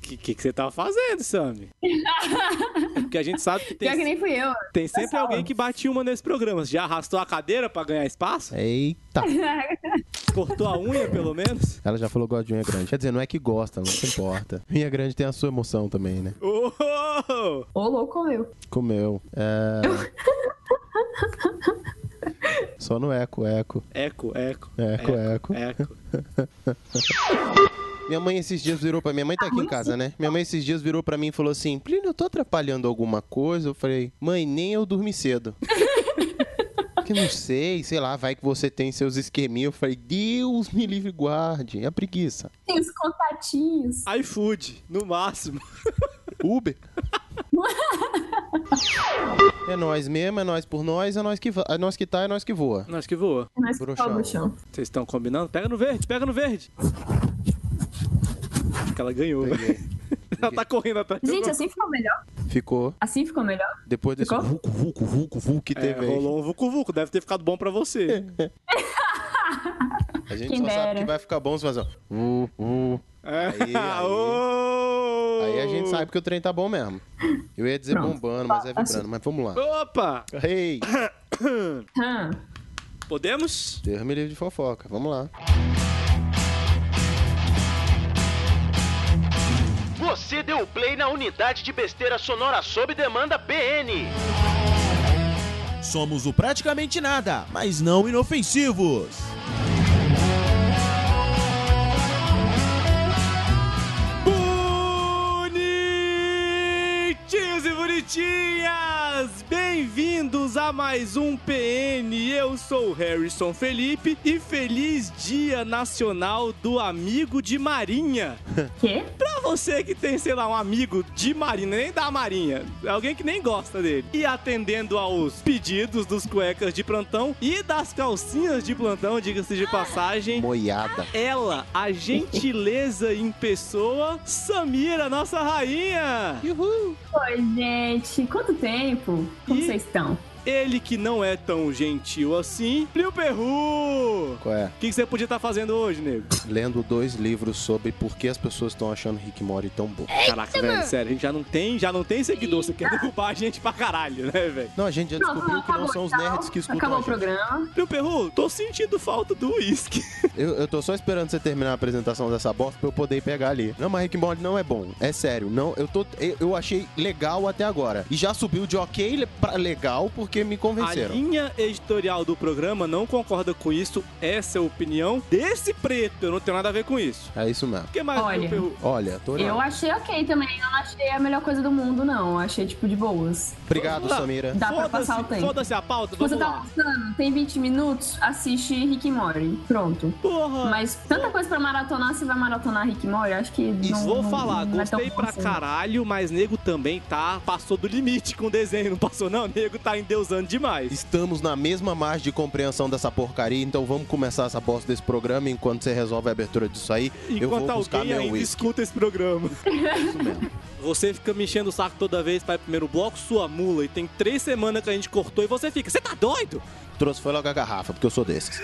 que, que, que você tava fazendo, Sammy? É porque a gente sabe que tem, Pior que nem fui eu. tem sempre sala. alguém que bate uma nesse programa. Você já arrastou a cadeira pra ganhar espaço? Eita! Cortou a unha, pelo menos? Ela já falou que gosta de unha grande. Quer dizer, não é que gosta, não se importa. Unha grande tem a sua emoção também, né? Uou! Ô, louco eu. Comeu. É... Só no eco, eco. Eco, eco. Eco, eco. Eco. Minha mãe esses dias virou pra minha mãe tá aqui em casa, né? Minha mãe esses dias virou pra mim e falou assim: Plínio, eu tô atrapalhando alguma coisa? Eu falei: "Mãe, nem eu dormi cedo". Que não sei, sei lá, vai que você tem seus esqueminhos. Eu falei: "Deus me livre e guarde, é a preguiça". Tem os contatinhos. iFood, no máximo. Uber. é nós mesmo, é nós por nós, é nós que va- é nós que tá, é nós que voa. Nós que voa. Nós que Bruxão. fala bruxão. Vocês estão combinando? Pega no verde, pega no verde. Que ela ganhou, velho. Ela tá correndo atrás de Gente, alguma- assim ficou melhor? Ficou. Assim ficou melhor? Depois desse Ficou? vulco, vulco, vulco, vulco que é, teve aí. rolou um vucu-vucu, deve ter ficado bom pra você. A gente Quem só sabe dera. que vai ficar bom se fazer. um Uh, uh. É. Aí, aí. Ô! Aí a gente sabe que o trem tá bom mesmo. Eu ia dizer Pronto. bombando, mas é vibrando, mas vamos lá. Opa! Ei, Hã? Podemos? Deus me livre de fofoca, vamos lá. Você deu play na unidade de besteira sonora sob demanda BN. Somos o Praticamente Nada, mas não inofensivos. Bonitinhos e bonitinhas! Bem-vindos a mais um PN. Eu sou o Harrison Felipe e feliz Dia Nacional do Amigo de Marinha. Quê? Pra você que tem, sei lá, um amigo de Marinha, nem da Marinha, alguém que nem gosta dele, e atendendo aos pedidos dos cuecas de plantão e das calcinhas de plantão, diga-se de passagem, Moiada. ela, a gentileza em pessoa, Samira, nossa rainha. Oi, gente. Quanto tempo? Como Ih. vocês estão? Ele que não é tão gentil assim, Plio Perru. Qual é? O que, que você podia estar fazendo hoje, nego? Lendo dois livros sobre por que as pessoas estão achando Rick Mori tão bom. Caraca, velho, sério, a gente já não tem, já não tem seguidor, você quer derrubar a gente pra caralho, né, velho? Não, a gente já Pronto, descobriu que não são os tchau. nerds que escutam Acabou a o gente. programa. Meu perro, tô sentindo falta do uísque. Eu, eu tô só esperando você terminar a apresentação dessa bosta pra eu poder ir pegar ali. Não, mas Rick and Morty não é bom. É sério. Não, eu tô. Eu, eu achei legal até agora. E já subiu de ok le- pra legal porque me A convenceram. linha editorial do programa não concorda com isso. Essa é a opinião desse preto. Eu não tenho nada a ver com isso. É isso mesmo. O que mais, Olha. meu perro? Olha, tô Eu achei ok também, eu não achei a melhor coisa do mundo, não. Eu achei, tipo, de boas. Obrigado, Vamos lá. Samira. Dá pra Foda-se, passar o tempo. foda-se a pauta, Se Então vamos você tá lá. gostando, tem 20 minutos, assiste Rick and Morty. Pronto. Porra, Mas tanta coisa pra maratonar, você vai maratonar Rick and Morty? Acho que não, Isso, vou não- falar, não é tão gostei bom pra assim. caralho, mas nego também tá. Passou do limite com o desenho, não passou, não? Nego tá endeusando demais. Estamos na mesma margem de compreensão dessa porcaria, então vamos começar essa bosta desse programa enquanto você resolve a abertura disso aí. eu vou Enquanto buscar alguém meu ainda whisky. escuta esse programa. Você fica me enchendo o saco toda vez pra ir pro primeiro bloco, sua mula, e tem três semanas que a gente cortou e você fica, você tá doido? Trouxe foi logo a garrafa, porque eu sou desses.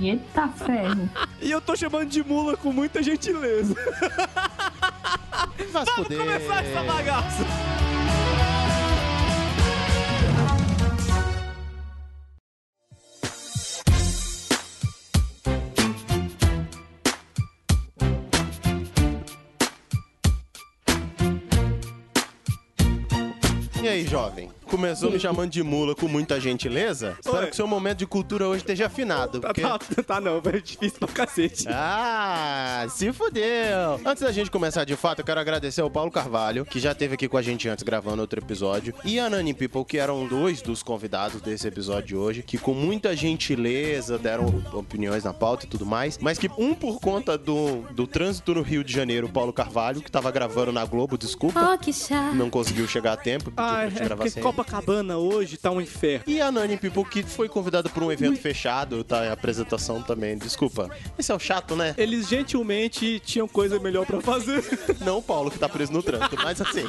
Eita ferro. E eu tô chamando de mula com muita gentileza. Vai se fuder. Começar essa bagaça. E aí, jovem? Começou me chamando de mula com muita gentileza? Espero Oi. que seu momento de cultura hoje esteja afinado. Tá, porque- tá, tá não, velho, difícil pra É, cacete. Ah, se fudeu! Antes da gente começar de fato, eu quero agradecer ao Paulo Carvalho, que já esteve aqui com a gente antes gravando outro episódio, e a Nani People, que eram dois dos convidados desse episódio de hoje, que com muita gentileza deram opiniões na pauta e tudo mais, mas que um por conta do, do trânsito no Rio de Janeiro, Paulo Carvalho, que tava gravando na Globo, desculpa, Oh, que chato. não conseguiu chegar a tempo, pediu Ah, pra gente é gravar porque sem Copacabana hoje tá um inferno. e a Nani People, que foi convidada para um evento fechado, tá? A apresentação também. Desculpa. Esse é o chato, né? Eles gentilmente tinham coisa melhor pra fazer. Não o Paulo, que tá preso no trânsito, mas assim.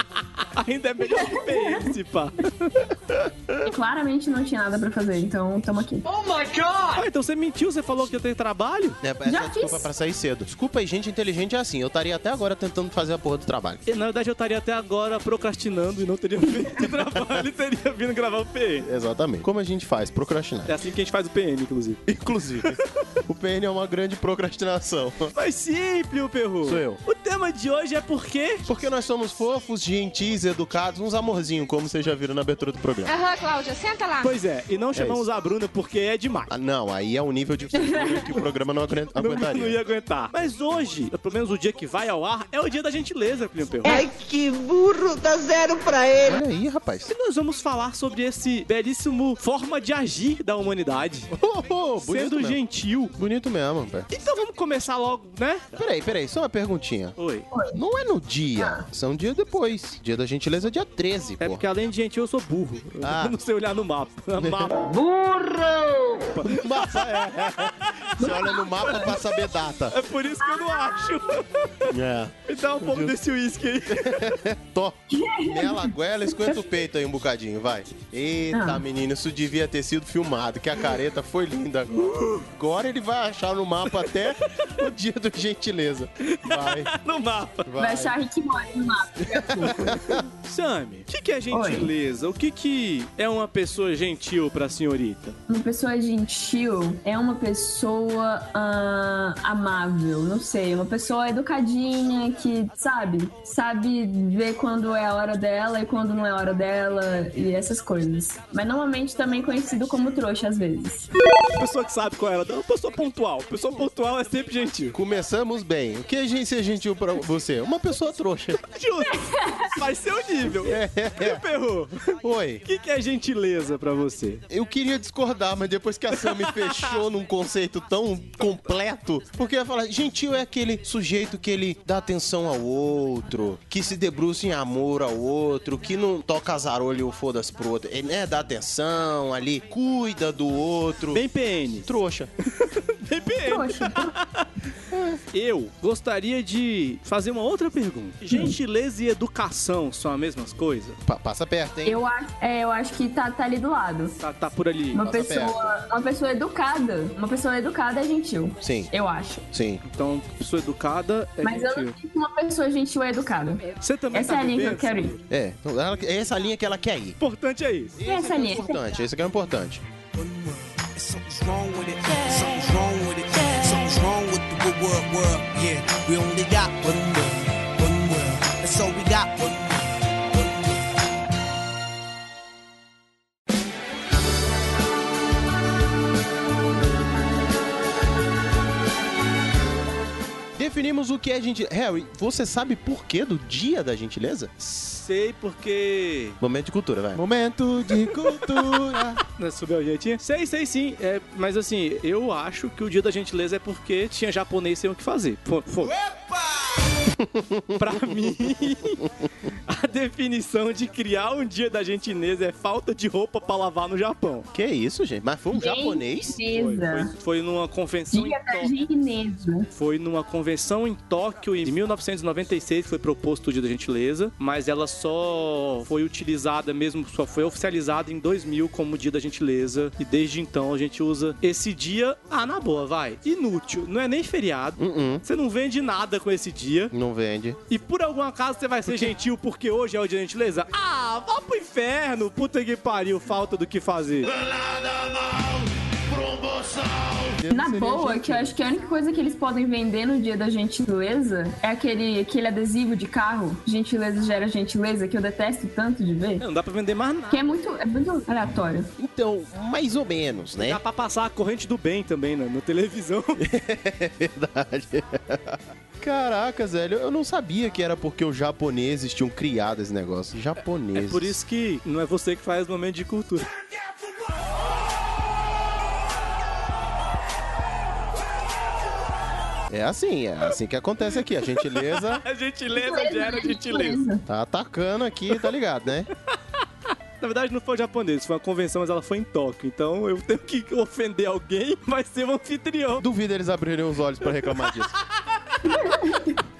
Ainda é melhor que PS, pá. E claramente não tinha nada pra fazer, então tamo aqui. Ah, então você mentiu, você falou que eu tenho trabalho? É, essa é Já a desculpa fiz. pra sair cedo. Desculpa aí, gente inteligente é assim. Eu estaria até agora tentando fazer a porra do trabalho. E, na verdade, eu estaria até agora procrastinando e não teria feito trabalho e teria vindo gravar o PM. Exatamente. Como a gente faz? Procrastinar. É assim que a gente faz o PM, inclusive. Inclusive, o PN é uma grande procrastinação. Mas simples, o Perru. Sou eu. O tema de hoje é por quê? Porque nós somos fofos, gentis, educados, uns amorzinhos, como vocês já viram na abertura do programa. Ah. Aham, Cláudia, senta lá. Pois é, e não chamamos isso. a Bruna porque é demais. Ah, não, aí é um nível de fofura que o programa não aguenta- Não, não ia aguentaria. aguentar. Mas hoje, pelo menos o dia que vai ao ar, é o dia da gentileza, Plínio Perru. Ai, que burro, dá zero pra ele. Olha aí, rapaz. E nós vamos falar sobre esse belíssimo forma de agir da humanidade. Oh, oh, bonito Sendo mesmo. gentil. Bonito mesmo, pé. Então vamos começar logo, né? Peraí, peraí, só uma perguntinha. Oi. Não é no dia, são um dia depois. Dia da gentileza é dia 13, É pô. porque além de gentil, eu sou burro. Ah. Eu não sei olhar no mapa. mapa. Mas, é. Você olha no mapa pra saber data. É por isso que eu não acho. É. Me dá um pouco desse uísque aí. Tô. Nela, guela, esquenta o peito aí um bocadinho, vai. Eita, Ah. menino, isso devia ter sido filmado, que a careta foi linda agora. Agora ele vai achar no mapa até o dia do gentileza. Vai, No mapa. Vai vai. achar Rick Mori no mapa. Sami, o que, que é gentileza? O que, que é uma pessoa gentil pra senhorita? Uma pessoa gentil é uma pessoa ah, amável, não sei, uma pessoa educadinha que sabe, sabe ver quando é a hora dela e quando não é a hora dela e essas coisas. Mas normalmente também conhecido como trouxa às vezes. Pessoa que sabe qual é ela. Não, pessoa pontual. Pessoa pontual é sempre gentil. Começamos bem. O que é gen- ser gentil pra você? Uma pessoa trouxa. Justo. Vai ser o nível. É, E o Perru? O Oi. que, que é gentileza pra você? Eu queria discordar, mas depois que a Sam me fechou num conceito tão completo, porque eu ia falar, gentil é aquele sujeito que ele dá atenção ao outro, que se debruça em amor ao outro, que não toca azarolho ou foda-se pro outro. Ele, né, dá atenção ali, cuida do outro. Bem PN. trouxa. Bem PN. Trouxa. Eu gostaria de fazer uma outra pergunta. Gentileza e educação são as mesmas coisas? Pa- passa perto, hein? Eu acho, é, eu acho que tá, tá ali do lado. Tá, tá por ali. Uma Passa pessoa, uma pessoa educada, uma pessoa educada é gentil. Sim, Eu acho. sim. Então, pessoa educada é Mas eu gentil. não sei se uma pessoa gentil é educada. Você também Essa é tá a linha que eu bebendo? quero ir. É, então ela- é essa linha que ela quer ir. O importante é isso. E essa linha? Importante, esse aqui é o importante. Something's wrong with it. Something's wrong with it. Something's wrong with the good world, world. Yeah, we only got one world, one world. That's all we got. One world, one world. Definimos o que é gentileza. Harry, você sabe por que do dia da gentileza? Sei porque. Momento de cultura, vai. Momento de cultura. Né, Subiu a jeitinha? Sei, sei sim. É, mas assim, eu acho que o dia da gentileza é porque tinha japonês sem o que fazer. Fo- fo- pra mim, a definição de criar um dia da gentileza é falta de roupa pra lavar no Japão. que isso, gente? Mas foi um japonês? Foi, Gentileza. foi, é foi numa convenção em Dia da Tóquio. Gentileza. Foi numa convenção em Tóquio em 1996 que foi proposto o Dia da Gentileza, mas ela só foi utilizada mesmo, só foi oficializada em 2000 como Dia da Gentileza e desde então a gente usa esse dia, ah, na boa, vai, inútil, não é nem feriado. Uh-uh. Você não vende nada com esse dia. Não vende. E por algum acaso você vai ser gentil porque hoje é o dia da gentileza? Ah, vá pro inferno! Puta que pariu, falta do que fazer. Na boa, que eu acho que a única coisa que eles podem vender no dia da gentileza é aquele, aquele adesivo de carro, gentileza gera gentileza, que eu detesto tanto de ver. Não dá pra vender mais nada. Que é muito, é muito aleatório. Então, mais ou menos, né? Dá pra passar a corrente do bem também, né? Na televisão. Verdade. Caracas, velho, eu não sabia que era porque os japoneses tinham criado esse negócio. É Japoneses. por isso que não é você que faz o momento de cultura. É assim, é assim que acontece aqui. A gentileza A gentileza gera gentileza. tá atacando aqui, tá ligado, né? Na verdade, não foi japonês, foi uma convenção, mas ela foi em Tóquio. Então eu tenho que ofender alguém, vai ser o um anfitrião. Duvido eles abrirem os olhos pra reclamar disso.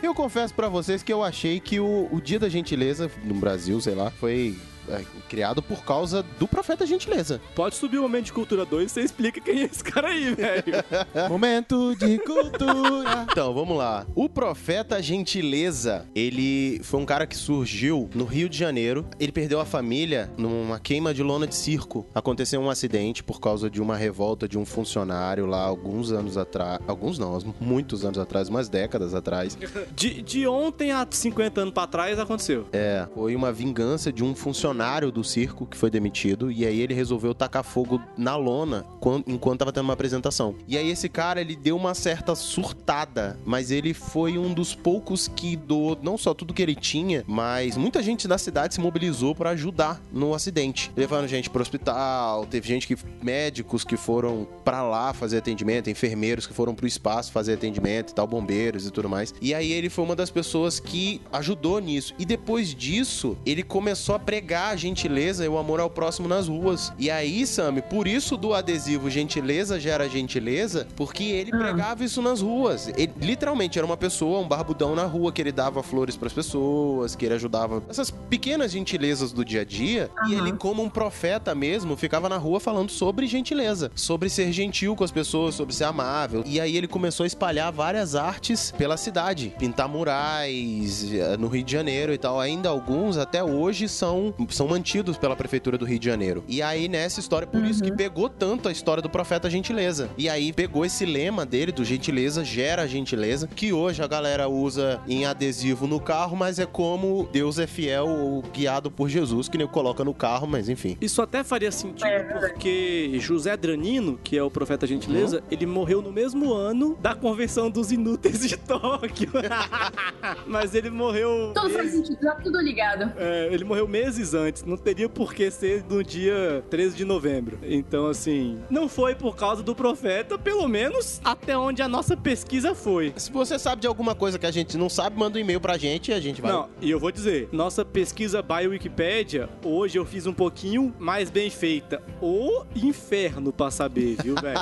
Eu confesso pra vocês que eu achei que o, o Dia da Gentileza no Brasil, sei lá, foi é, criado por causa do Profeta Gentileza. Pode subir o Momento de Cultura 2 e você explica quem é esse cara aí, velho. Momento de cultura. É? então, vamos lá. O Profeta Gentileza, ele foi um cara que surgiu no Rio de Janeiro. Ele perdeu a família numa queima de lona de circo. Aconteceu um acidente por causa de uma revolta de um funcionário lá alguns anos atrás. Alguns não, muitos anos atrás, umas décadas atrás. De, de ontem a 50 anos pra trás aconteceu. É, foi uma vingança de um funcionário do circo que foi demitido e aí ele resolveu tacar fogo na lona quan- enquanto tava tendo uma apresentação. E aí esse cara, ele deu uma certa surtada, mas ele foi um dos poucos que doou não só tudo que ele tinha, mas muita gente da cidade se mobilizou pra ajudar no acidente, levando gente pro hospital, teve gente que médicos que foram pra lá fazer atendimento, enfermeiros que foram pro espaço fazer atendimento e tal, bombeiros e tudo mais. E aí ele foi uma das pessoas que ajudou nisso. E depois disso, ele começou a pregar a gentileza e o amor ao próximo nas ruas. E aí, Sammy, por isso do adesivo gentileza gera gentileza, porque ele Ah. pregava isso nas ruas. Ele literalmente era uma pessoa, um barbudão na rua que ele dava flores pras pessoas, que ele ajudava essas pequenas gentilezas do dia a dia. E Aham. ele como um profeta mesmo, ficava na rua falando sobre gentileza, sobre ser gentil com as pessoas, sobre ser amável. E aí ele começou a espalhar várias artes pela cidade, pintar murais eh, no Rio de Janeiro e tal. Ainda alguns até hoje são, são mantidos pela prefeitura do Rio de Janeiro. E aí nessa história, por isso que pegou tanto a história do profeta gentileza. E aí pegou esse lema dele do gentileza gera gentileza, que hoje a galera usa em adesivo no carro, mas é como Deus é fiel ou guiado por Jesus, que nem coloca no carro, mas enfim. Isso até faria sentido porque José Dranino, que é o profeta gentileza, ele morreu no mesmo ano da convenção dos inúteis de Tóquio. Mas ele morreu. Tudo faz sentido, tá tudo ligado. É, ele morreu meses antes, não teria por que ser no dia 13 de novembro. Então, assim, não foi por causa do profeta, pelo menos até onde a nossa pesquisa foi. Se você sabe de alguma coisa que a gente não sabe, manda um e-mail pra gente e a gente vai. Não, e eu vou dizer, nossa pesquisa by Wikipédia, hoje eu fiz um pouquinho mais bem feita. O inferno pra saber, viu, velho?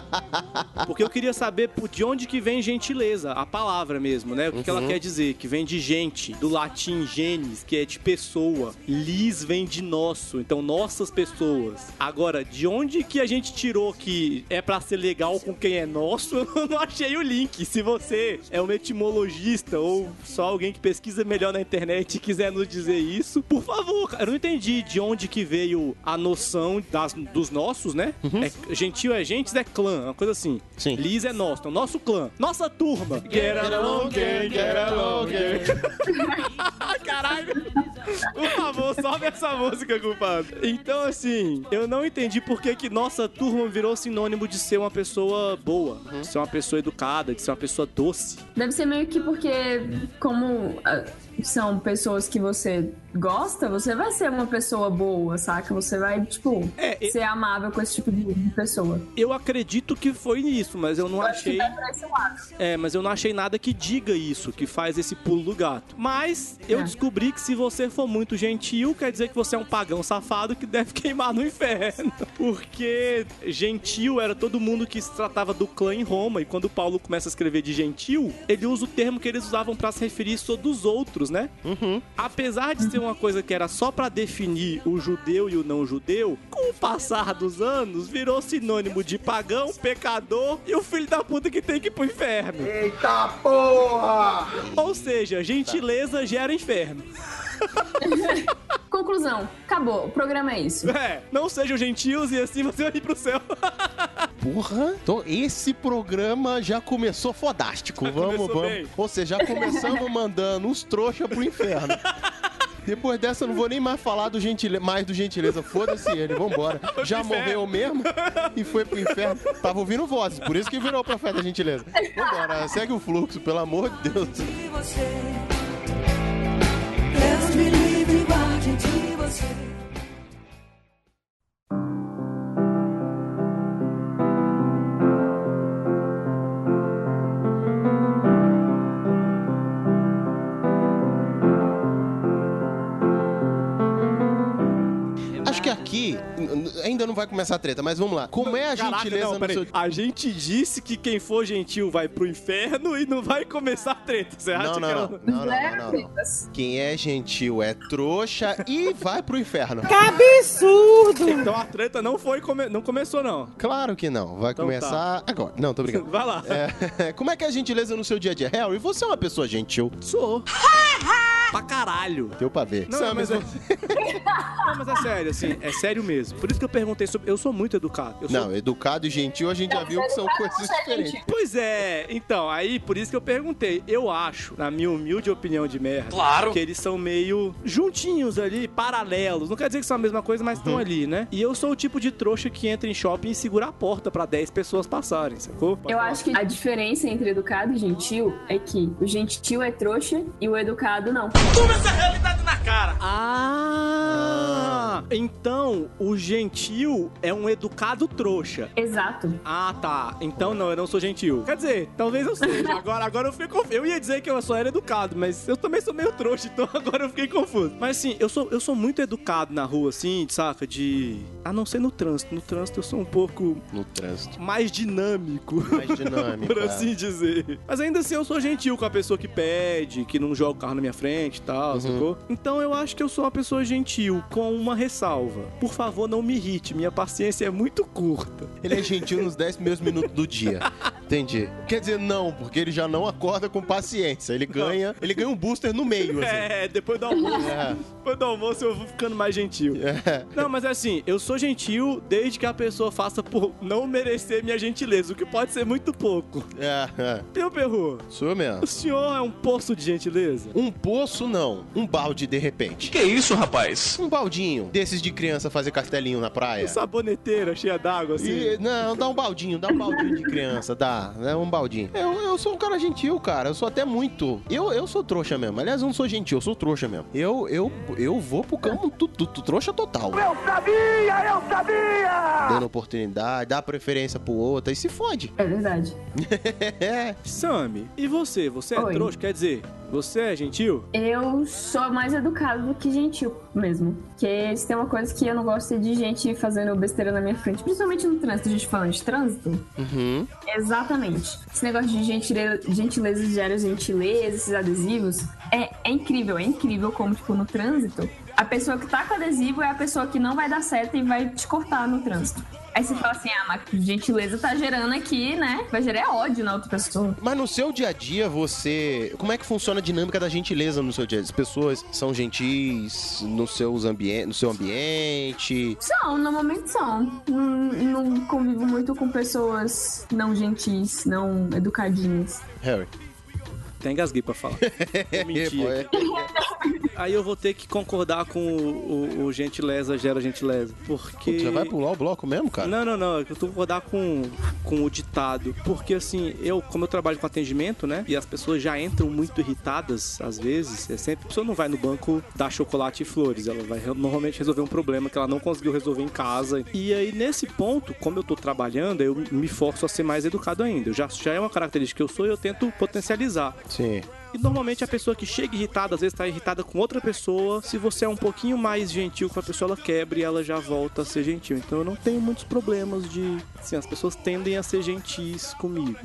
Porque eu queria saber por- de onde que vem gentileza, a palavra mesmo, né? O que, que Uhum. ela quer dizer, que vem de gente, do latim genes, que é de pessoa. Lis vem de nosso, então nossas pessoas. Agora, de onde que a gente tirou que é pra ser legal com quem é nosso, eu não achei o link. Se você é um etimologista ou só alguém que pesquisa melhor na internet e quiser nos dizer isso, por favor, cara, eu não entendi de onde que veio a noção das- dos nossos, né? É- gentil é gentes, é clã, uma coisa assim. Sim. Liz é nosso, então nosso clã, nossa turma. Get along, get along. Caralho! Por favor, sobe essa música, culpado. Então, assim, eu não entendi por que, que nossa turma virou sinônimo de ser uma pessoa boa, de ser uma pessoa educada, de ser uma pessoa doce. Deve ser meio que porque, como ah, são pessoas que você gosta, você vai ser uma pessoa boa, saca? Você vai, tipo, É, e- ser amável com esse tipo de de pessoa. Eu acredito que foi nisso, mas eu não Eu acho que tá achei. vai pra esse lado. É, mas eu não achei nada que diga isso, que faz esse pulo do gato. Mas eu É. descobri que se você for muito gentil, quer dizer que você é um pagão safado que deve queimar no inferno. Porque gentil era todo mundo que se tratava do clã em Roma, e quando Paulo começa a escrever de gentil, ele usa o termo que eles usavam pra se referir sobre os outros, né? apesar de ser uma coisa que era só pra definir o judeu e o não judeu, com o passar dos anos virou sinônimo de pagão, pecador e o filho da puta que tem que ir pro inferno. Eita porra! Ou seja, gentileza gera inferno. Conclusão, acabou, o programa é isso. É, não sejam gentios e assim você vai ir pro céu. Porra! Então esse programa já começou fodástico. vamos, começou vamos. bem. Ou seja, já começamos mandando uns trouxa pro inferno. Depois dessa, eu não vou nem mais falar do gentile... mais do gentileza. Foda-se ele, vambora. Já pro morreu mesmo e foi pro inferno. Tava ouvindo vozes, por isso que virou o profeta gentileza. Vambora, segue o fluxo, pelo amor de Deus. de você. Deus me livre e guarde de você. Acho que aqui aqui, n- n- ainda não vai começar a treta, mas vamos lá. Como é a Caraca, gentileza não, no peraí. seu... A gente disse que quem for gentil vai pro inferno e não vai começar a treta. Você acha Não, não, que é ela... não, não, não, Zero não, não. tretas. Quem é gentil é trouxa e vai pro inferno. Então a treta não foi come- não começou não. Claro que não. Vai Então começar agora. Não, tô brincando. Vai lá. É, como é que é a gentileza no seu dia a dia? Harry, você é uma pessoa gentil. Sou. pra caralho. Deu pra ver. Não, Sam, mas é... não, mas é sério, assim, é sério mesmo. Por isso que eu perguntei sobre. Eu sou muito educado. Eu sou Não, educado e gentil a gente já viu que são Educado coisas não é diferentes. gentil. Pois é, então, aí por isso que eu perguntei. Eu acho, na minha humilde opinião de merda, Claro. que eles são meio juntinhos ali, paralelos. Não quer dizer que são a mesma coisa, mas estão ali, né? E eu sou o tipo de trouxa que entra em shopping e segura a porta pra 10 pessoas passarem, sacou? Eu acho que a diferença entre educado e gentil é que o gentil é trouxa e o educado não. Ah! Então, o gentil é um educado trouxa. Exato. Ah, tá. Então não, eu não sou gentil. Quer dizer, talvez eu seja. Agora, agora eu fiquei confuso. Eu ia dizer que eu só era educado, mas eu também sou meio trouxa, então agora eu fiquei confuso. Mas assim, eu sou, eu sou muito educado na rua, assim, saca? De. A não ser no trânsito. No trânsito eu sou um pouco No trânsito. mais dinâmico. Mais dinâmico. Por é. assim dizer. Mas ainda assim, eu sou gentil com a pessoa que pede, que não joga o carro na minha frente e tal, Uhum. sacou? Então eu acho que eu sou uma pessoa gentil, com uma ressalva. Por favor, não me irrite, minha paciência é muito curta. Ele é gentil nos 10 primeiros minutos do dia. Entendi. Quer dizer, não, porque ele já não acorda com paciência. Ele ganha, ele ganha um booster no meio, assim. É, depois do almoço. É. Depois do almoço eu vou ficando mais gentil. É. Não, mas é assim, eu sou gentil desde que a pessoa faça por não merecer minha gentileza, o que pode ser muito pouco. É, é. Meu perru, Sou eu mesmo. o senhor é um poço de gentileza? Um poço, não. Um balde, de repente. Que isso, rapaz? Um baldinho. Desses de criança fazer castelinho na praia. Saboneteira cheia d'água, assim. É. E- não, dá um baldinho, dá um baldinho de criança, dá, né? Um baldinho. Eu, eu sou um cara gentil, cara. Eu sou até muito. Eu, eu sou trouxa mesmo. Aliás, eu não sou gentil, eu sou trouxa mesmo. Eu, eu, eu vou pro campo tu, tu- tu- trouxa total. Eu sabia, eu sabia! Dando oportunidade, dá preferência pro outro, aí se fode. É verdade. É. Sami, e você? Você é Oi. trouxa? Quer dizer, você é gentil? Eu sou mais educado do que gentil mesmo. Porque se tem uma coisa que eu não gosto é de gente fazendo besteira na minha frente, principalmente no trânsito, a gente falando de trânsito. Uhum. Exatamente. Esse negócio de gentile- gentileza diária, gentileza, esses adesivos, é, é incrível, é incrível como, tipo, no trânsito, a pessoa que tá com adesivo é a pessoa que não vai dar seta e vai te cortar no trânsito. Aí você fala assim, ah, mas que gentileza tá gerando aqui, né? Vai gerar é ódio na outra pessoa. Mas no seu dia a dia, você. Como é que funciona a dinâmica da gentileza no seu dia a dia? As pessoas são gentis nos seus ambien... no seu ambiente? São, normalmente são. Não, não convivo muito com pessoas não gentis, não educadinhas. Harry. Até engasguei pra falar. Vou mentir Pô, é- aqui. Aí eu vou ter que concordar com o, o- o gentileza gera gentileza. Porque. Putz, já vai pular o bloco mesmo, cara? Não, não, não. Eu tô rodar com, com o ditado. Porque assim, eu, como eu trabalho com atendimento, né? E as pessoas já entram muito irritadas, às vezes. É sempre a pessoa não vai no banco dar chocolate e flores. Ela vai re- normalmente resolver um problema que ela não conseguiu resolver em casa. E aí, nesse ponto, como eu tô trabalhando, eu me forço a ser mais educado ainda. Eu já, já é uma característica que eu sou e eu tento potencializar. Sim. E normalmente a pessoa que chega irritada, às vezes tá irritada com outra pessoa. Se você é um pouquinho mais gentil com a pessoa, ela quebra e ela já volta a ser gentil. Então eu não tenho muitos problemas de. Assim, as pessoas tendem a ser gentis comigo.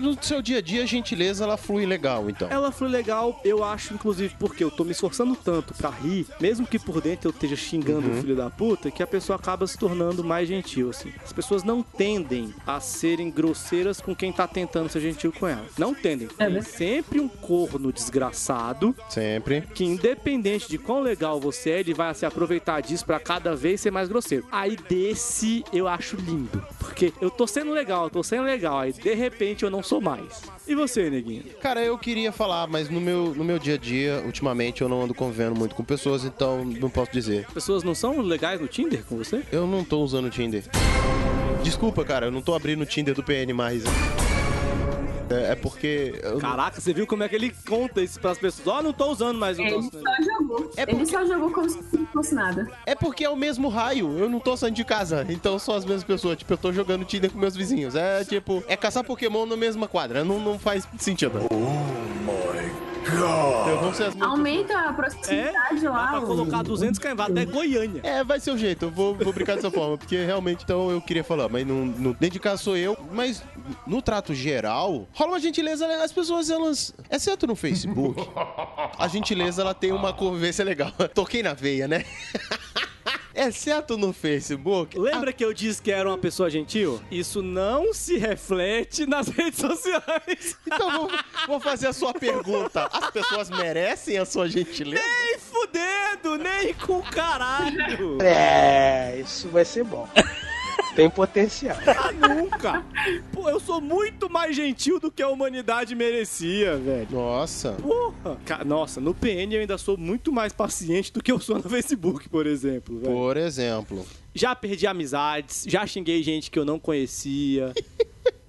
No seu dia a dia, a gentileza ela flui legal, então. Ela foi legal, eu acho, inclusive, porque eu tô me esforçando tanto pra rir, mesmo que por dentro eu esteja xingando o filho da puta, que a pessoa acaba se tornando mais gentil, assim. As pessoas não tendem a serem grosseiras com quem tá tentando ser gentil com ela. Não tendem. É, Tem né? sempre um corno desgraçado Sempre. que independente de quão legal você é, ele vai se aproveitar disso pra cada vez ser mais grosseiro. Aí desse eu acho lindo, porque eu tô sendo legal, eu tô sendo legal, aí de repente eu não sou mais. E você, neguinho? Cara, eu queria falar, mas no meu, no meu dia a dia, ultimamente eu não ando convivendo muito com pessoas, então não posso dizer. As pessoas não são legais no Tinder com você? Eu não tô usando o Tinder. Desculpa, cara, eu não tô abrindo o Tinder do PN mais. É, é porque. eu- Caraca, você viu como é que ele conta isso pras pessoas? Ó, não tô usando mais o Ele nosso. só jogou. É Ele só jogou como se não fosse nada. É porque é o mesmo raio, eu não tô saindo de casa, então são as mesmas pessoas. Tipo, eu tô jogando Tinder com meus vizinhos. É tipo, é caçar Pokémon na mesma quadra, não, não faz sentido. Então vamos ser as Aumenta a É, proximidade dá lá. pra o- colocar 200 caivados até Goiânia. É, vai ser o jeito. Eu vou, vou brincar dessa forma, porque realmente, então, eu queria falar, mas não, não dedicar sou eu, mas no trato geral, rola uma gentileza, né? as pessoas, elas, exceto no Facebook, a gentileza, ela tem uma convivência legal. Toquei na veia, né? exceto no Facebook. Lembra que eu disse que era uma pessoa gentil? Isso não se reflete nas redes sociais. Então, vou, vou fazer a sua pergunta. As pessoas merecem a sua gentileza? Nem fudendo, nem com caralho. É, isso vai ser bom. Tem potencial. Ah, nunca. Pô, eu sou muito mais gentil do que a humanidade merecia, velho. Nossa. Porra! Ca- Nossa, no PN eu ainda sou muito mais paciente do que eu sou no Facebook, por exemplo. velho. Por exemplo. Já perdi amizades, já xinguei gente que eu não conhecia.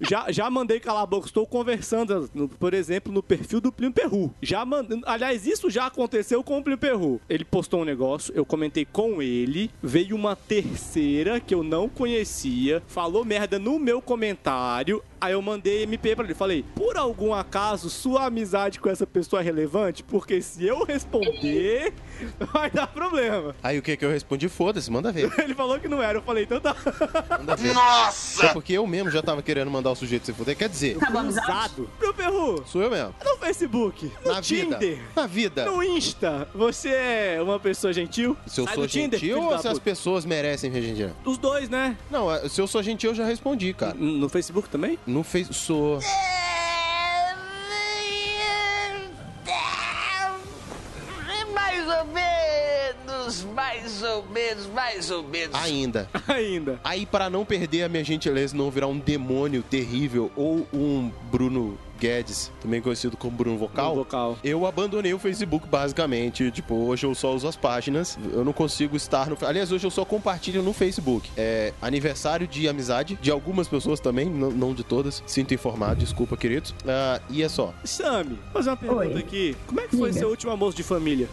Já, já mandei calar a boca, estou conversando, no- por exemplo, no perfil do Plínio Perru. Já mandei. Aliás, isso já aconteceu com o Plínio Perru. Ele postou um negócio, eu comentei com ele, veio uma terceira que eu não conhecia, falou merda no meu comentário. Aí eu mandei MP pra ele, falei: "Por algum acaso sua amizade com essa pessoa é relevante? Porque se eu responder, vai dar problema". Aí o que que eu respondi? Foda-se, manda ver. Ele falou que não era, eu falei: "Então tá". Manda ver. Nossa! Até porque eu mesmo já tava querendo mandar o sujeito se fuder. Quer dizer, Acabou a amizade? Usado. Pro Perru, sou eu mesmo. no Facebook, no Na vida. Tinder, Na vida. no Insta, você é uma pessoa gentil? Se eu Sai sou do Tinder, gentil filho ou da se as puta. pessoas merecem ver gentil? Os dois, né? Não, eh, se eu sou gentil, eu já respondi, cara. N- No Facebook também? Não fez. Sou. Mais ou menos, mais ou menos, mais ou menos. Ainda. Ainda. Aí, para não perder a minha gentileza, e não virar um demônio terrível ou um Bruno Guedes, também conhecido como Bruno No Vocal. vocal. Eu abandonei o Facebook, basicamente. Tipo, hoje eu só uso as páginas. Eu não consigo estar no. Aliás, hoje eu só compartilho no Facebook. É aniversário de amizade, de algumas pessoas também, não, não de todas. Sinto informado, desculpa, queridos. Ah, e é só. Sami, vou fazer uma pergunta Oi. aqui. Como é que foi Diga. seu último almoço de família?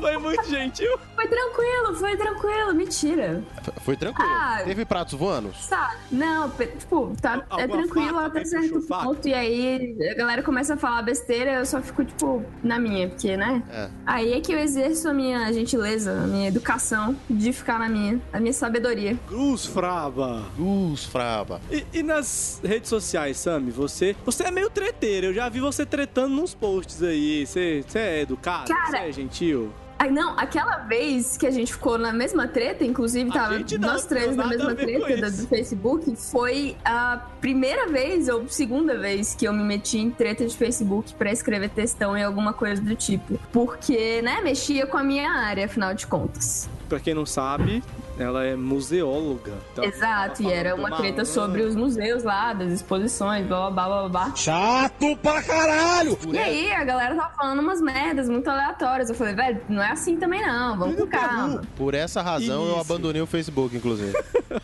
foi muito gentil? Foi tranquilo, foi tranquilo. Mentira. F- Foi tranquilo. Ah. Teve pratos voando? Tá, não, pe- tipo, tá, Alguma é tranquilo faca? até Alguém certo puxou faca? ponto. E aí a galera começa a falar besteira, eu só fico, tipo, na minha, porque, né? É. Aí é que eu exerço a minha gentileza, a minha educação de ficar na minha, a minha sabedoria. Cruz fraba. Luz, fraba. E, e nas redes sociais, Sami, você. Você é meio treteiro. Eu já vi você tretando nos posts aí. Você, você é educado? Cara, Você é gentil? Aí, não, aquela vez que a gente ficou na mesma treta, inclusive A tava gente não, nós três não na nada a mesma ver com treta do, isso. do Facebook, foi a primeira vez ou segunda vez que eu me meti em treta de Facebook pra escrever textão e alguma coisa do tipo. Porque, né, mexia com a minha área, afinal de contas. Pra quem não sabe, ela é museóloga. Então, ela Exato, tava né? e era falando uma da treta Maana. sobre os museus lá, das exposições, blá blá blá blá blá. Chato pra caralho! E aí a galera tava falando umas merdas muito aleatórias. Eu falei, velho, não é assim também não, vamos com calma. Por essa razão, eu Isso. abandonei o Facebook, inclusive.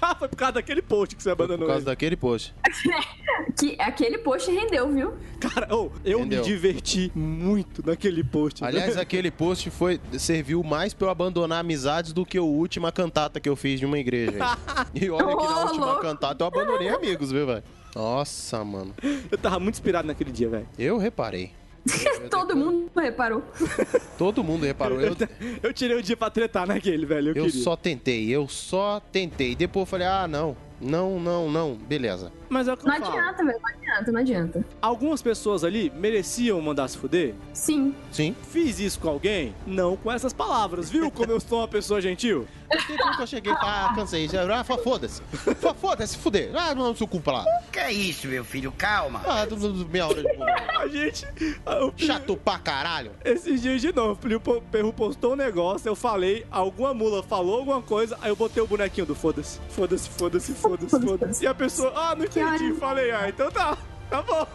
Ah, foi por causa daquele post que você Foi por abandonou. causa daquele post. Que aquele post rendeu, viu? Cara, ô, eu Entendeu? me diverti muito naquele post. né? Aliás, aquele post foi serviu mais pra eu abandonar amizades do que a última cantata que eu fiz de uma igreja. gente. E olha que na Ô, última louco. cantata eu abandonei amigos, viu, velho? Nossa, mano. eu tava muito inspirado naquele dia, velho. Eu reparei. Todo mundo reparou. Todo mundo reparou. Eu, Eu tirei o dia pra tretar naquele, velho. Eu, eu queria. só tentei, eu só tentei. Depois eu falei, ah, não. Não, não, não. Beleza. Mas é o que eu Não falo. adianta, velho. Não adianta, não adianta. Algumas pessoas ali mereciam mandar se fuder. Sim. Sim. Fiz isso com alguém? Não com essas palavras, viu? Como eu sou uma pessoa gentil? Mas Tem tempo que eu cheguei e falei, ah, cansei. Já- Ah, fa- foda-se. Fa- Foda-se, fuder. Ah, não, seu cu pra lá. Que é isso, meu filho? Calma. Ah, tu- tu- meia hora de bobeira. A gente. ah, o Plínio- Chato pra caralho. Esses dias de novo, o Plínio Po- Perru postou um negócio, eu falei, alguma mula falou alguma coisa, aí eu botei o bonequinho do foda-se, foda-se, foda-se, foda-se, foda-se. E a pessoa, ah, não entendi, ódio. falei, ah, então tá, tá bom.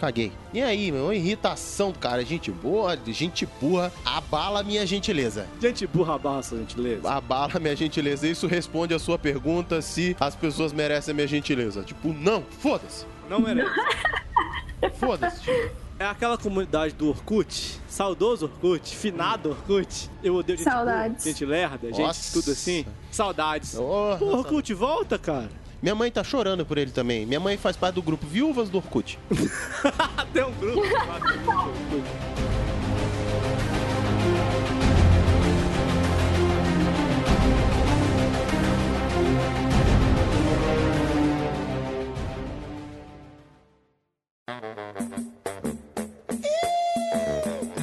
Caguei. E aí, meu? Irritação do cara. Gente boa, gente burra. Abala minha gentileza. Gente burra barra, sua gentileza. Abala minha gentileza. Isso responde a sua pergunta se as pessoas merecem a minha gentileza. Tipo, não. Foda-se. Não merece. Foda-se. tio. É aquela comunidade do Orkut, saudoso Orkut, finado Orkut. Eu odeio gente Saudades. burra, gente lerda, gente Nossa. tudo assim. Saudades. Ô, Pô, Orkut, volta, cara. Minha mãe tá chorando por ele também. Minha mãe faz parte do grupo Viúvas do Orkut. Até um grupo.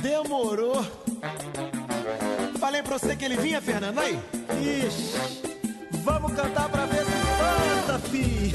Demorou. Falei pra você que ele vinha, Fernando, aí. Ixi, vamos cantar pra ver se canta, fi.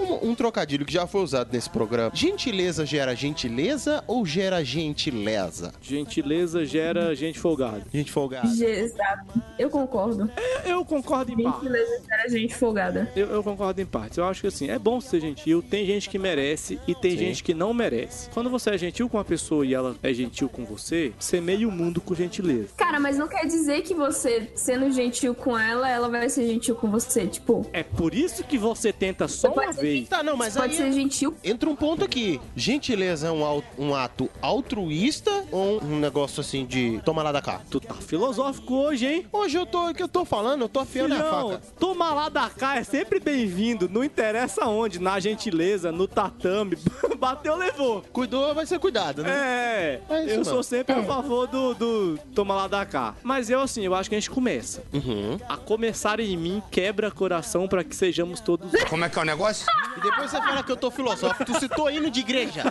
Um, um trocadilho que já foi usado nesse programa. Gentileza gera gentileza ou gera gentileza? Gentileza gera gente folgada. Gente folgada. Exato. Eu concordo. Eu concordo em parte. Gentileza era é gente folgada. Eu, eu concordo em partes. Eu acho que assim, é bom ser gentil. Tem gente que merece e tem Sim. gente que não merece. Quando você é gentil com uma pessoa e ela é gentil com você, semeia o mundo com gentileza. Cara, mas não quer dizer que você, sendo gentil com ela, ela vai ser gentil com você. Tipo, É por isso que você tenta só Mas uma pode ser vez. Tá, não, mas pode aí ser gentil. entra um ponto aqui. Gentileza é um, au- um ato altruísta ou um negócio assim de toma lá da cá? Tu tá filosófico hoje, hein? Hoje eu tô, que eu tô falando, eu tô afiando a Filhão, faca. toma lá da cá é sempre bem-vindo. Não interessa onde, na gentileza, no tatame. Bateu, levou. Cuidou, vai ser cuidado, né? É, É isso, eu mano. sou sempre a favor do, do toma lá da cá. Mas eu, assim, eu acho que a gente começa. Uhum. A começar em mim quebra coração pra que sejamos todos. Como é que é o negócio? E depois você fala que eu tô filosófico. Tu citou hino de igreja,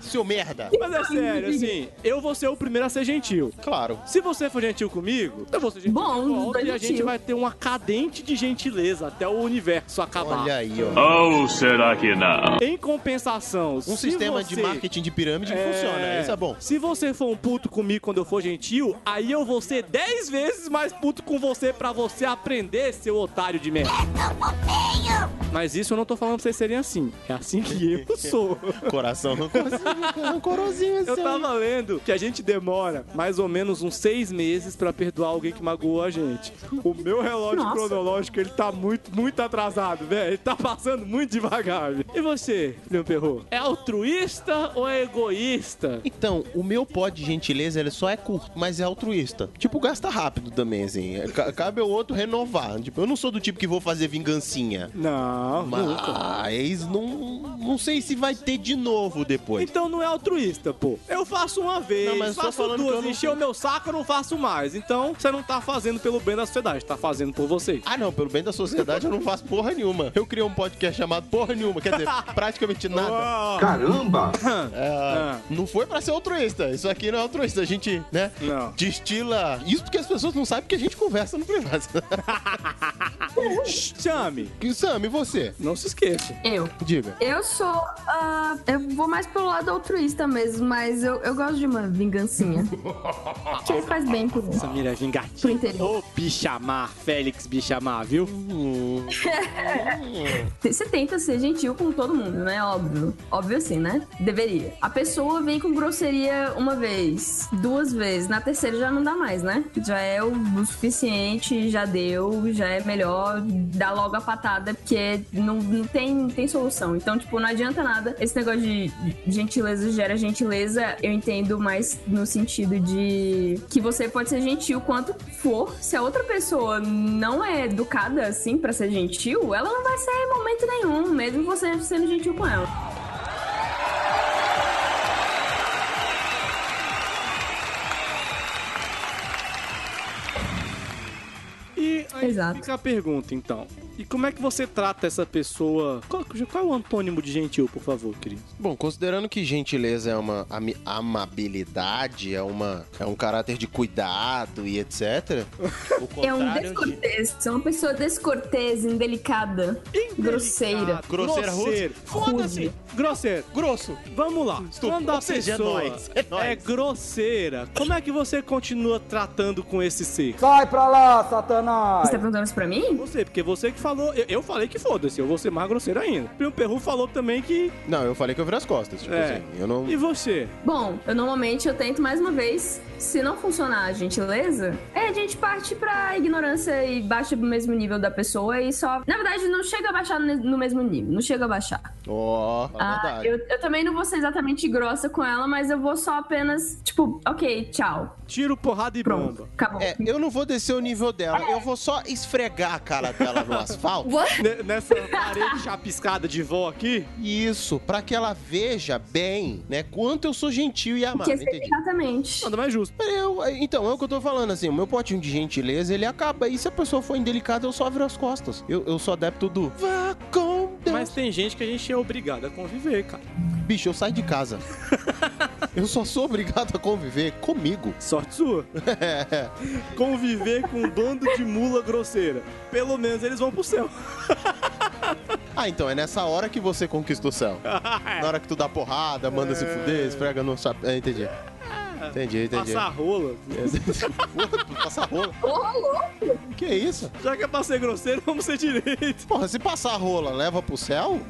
seu merda. Mas é sério, assim, eu vou ser o primeiro a ser gentil. Claro. Se você for gentil comigo, eu vou ser gentil Bom, com a outra, dois e a gente gentil. vai ter uma cadente de gentileza até o universo acabar. Olha aí, ó. Ou será que não? Em compensação, Um sistema de marketing de pirâmide que funciona. Isso é bom. Se você for um puto comigo quando eu for gentil, aí eu vou ser 10 vezes mais puto com você pra você aprender, seu otário de merda. Mas isso eu não tô falando pra vocês serem assim. É assim que eu sou. Coração rancorosinho, rancorosinho Eu seu. tava lendo que a gente demora mais ou menos uns seis meses pra perdoar alguém que magoou a gente. O meu relógio Nossa. cronológico, ele tá muito, muito atrasado, velho. Ele tá passando muito devagar, velho. E você, Leon Perro? É altruísta ou é egoísta? Então, o meu pó de gentileza, ele só é curto, mas é altruísta. Tipo, gasta rápido também, assim. É, ca- Cabe ao outro renovar. Tipo, eu não sou do tipo que vou fazer vingancinha. Não, nunca. Mas Ah, não, não sei se vai ter de novo depois. Então não é altruísta, pô. Eu faço uma vez, Não, mas eu tô faço falando que eu duas, não- encheu meu saco, eu não faço mais. Então você não tá fazendo pelo bem da sociedade, tá fazendo por vocês. Ah, não, pelo bem da sociedade eu não faço porra nenhuma. Eu criei um podcast chamado Porra Nenhuma, quer dizer, praticamente nada. Caramba! É, não foi pra ser altruísta. Isso aqui não é altruísta. A gente, né, Não. destila. Isso porque as pessoas não sabem que a gente conversa no privado. Chame, E, Sam, e você? não se esqueça. Eu. Diga. Eu sou. ah, eu vou mais pelo lado altruísta mesmo, mas eu, eu gosto de uma vingancinha. que aí faz bem pro, pro Samira é vingativa. interior. Ô, Bichamar, Félix Bichamar, viu? Você tenta ser gentil com todo mundo, né? Óbvio. Óbvio assim, né? Deveria. A pessoa vem com grosseria uma vez, duas vezes. Na terceira já não dá mais, né? Já é o o suficiente, já deu, já é melhor dar logo a patada, porque não, não, tem, não tem solução. Então, tipo, não adianta nada. Esse negócio de gentileza gera gentileza, eu entendo mais no sentido de que você pode ser gentil quanto for. Se a outra pessoa não é educada assim pra ser gentil, ela não vai ser em momento nenhum, mesmo você sendo gentil com ela. E aí Exato. fica a pergunta, então. E como é que você trata essa pessoa? Qual, qual é o antônimo de gentil, por favor, querido? Bom, considerando que gentileza é uma ami- amabilidade, é, uma, é um caráter de cuidado e etc. O É um contrário de. descortês, é uma pessoa descortês, indelicada, grosseira. Grosseira, Grosseiro. Foda-se. Grosseiro. Grosso. Vamos lá. Quando a Ou seja, é pessoa nóis, é nóis. é grosseira, como é que você continua tratando com esse ser? Você tá perguntando isso pra mim? Você, porque você que falou. Eu, eu falei que foda-se, eu vou ser mais grosseiro ainda. Primo Perru falou também que. Não, eu falei que eu virei as costas. Tipo É. assim, eu não. E você? Bom, eu normalmente eu tento mais uma vez, se não funcionar a gentileza, é a gente parte pra ignorância e baixa pro mesmo nível da pessoa e só. Na verdade, não chega a baixar no no mesmo nível, não chega a baixar. Ó, fala a Ah, É verdade. eu, eu também não vou ser exatamente grossa com ela, mas eu vou só apenas, tipo, ok, tchau. Tiro, porrada e bomba. Acabou. É, eu não vou descer o nível dela, eu vou só esfregar a cara dela no asfalto. Ne- Nessa parede chapiscada de vó aqui, Isso, pra que ela veja bem, né, quanto eu sou gentil e Que amável. esse- Entendi. é exatamente. nada mais justo. Eu- então, é o que eu tô falando, assim, o meu potinho de gentileza, ele acaba. E se a pessoa for indelicada, eu só viro as costas. Eu, eu sou adepto do vá com Deus. Mas tem gente que a gente é obrigado a conviver, cara. bicho, eu saio de casa. eu só sou obrigado a conviver comigo. Sorte sua. Conviver com um bando de mula grosseira. Pelo menos eles vão pro céu. Ah, então, é nessa hora que você conquista o céu. Na hora que tu dá porrada, manda se fuder, esfrega no chapéu. É, entendi. Entendi, entendi. Passar rola. Passar rola. Ô, louco! Que isso? Já que é pra ser grosseiro, vamos ser direito. Porra, se passar rola, leva pro céu?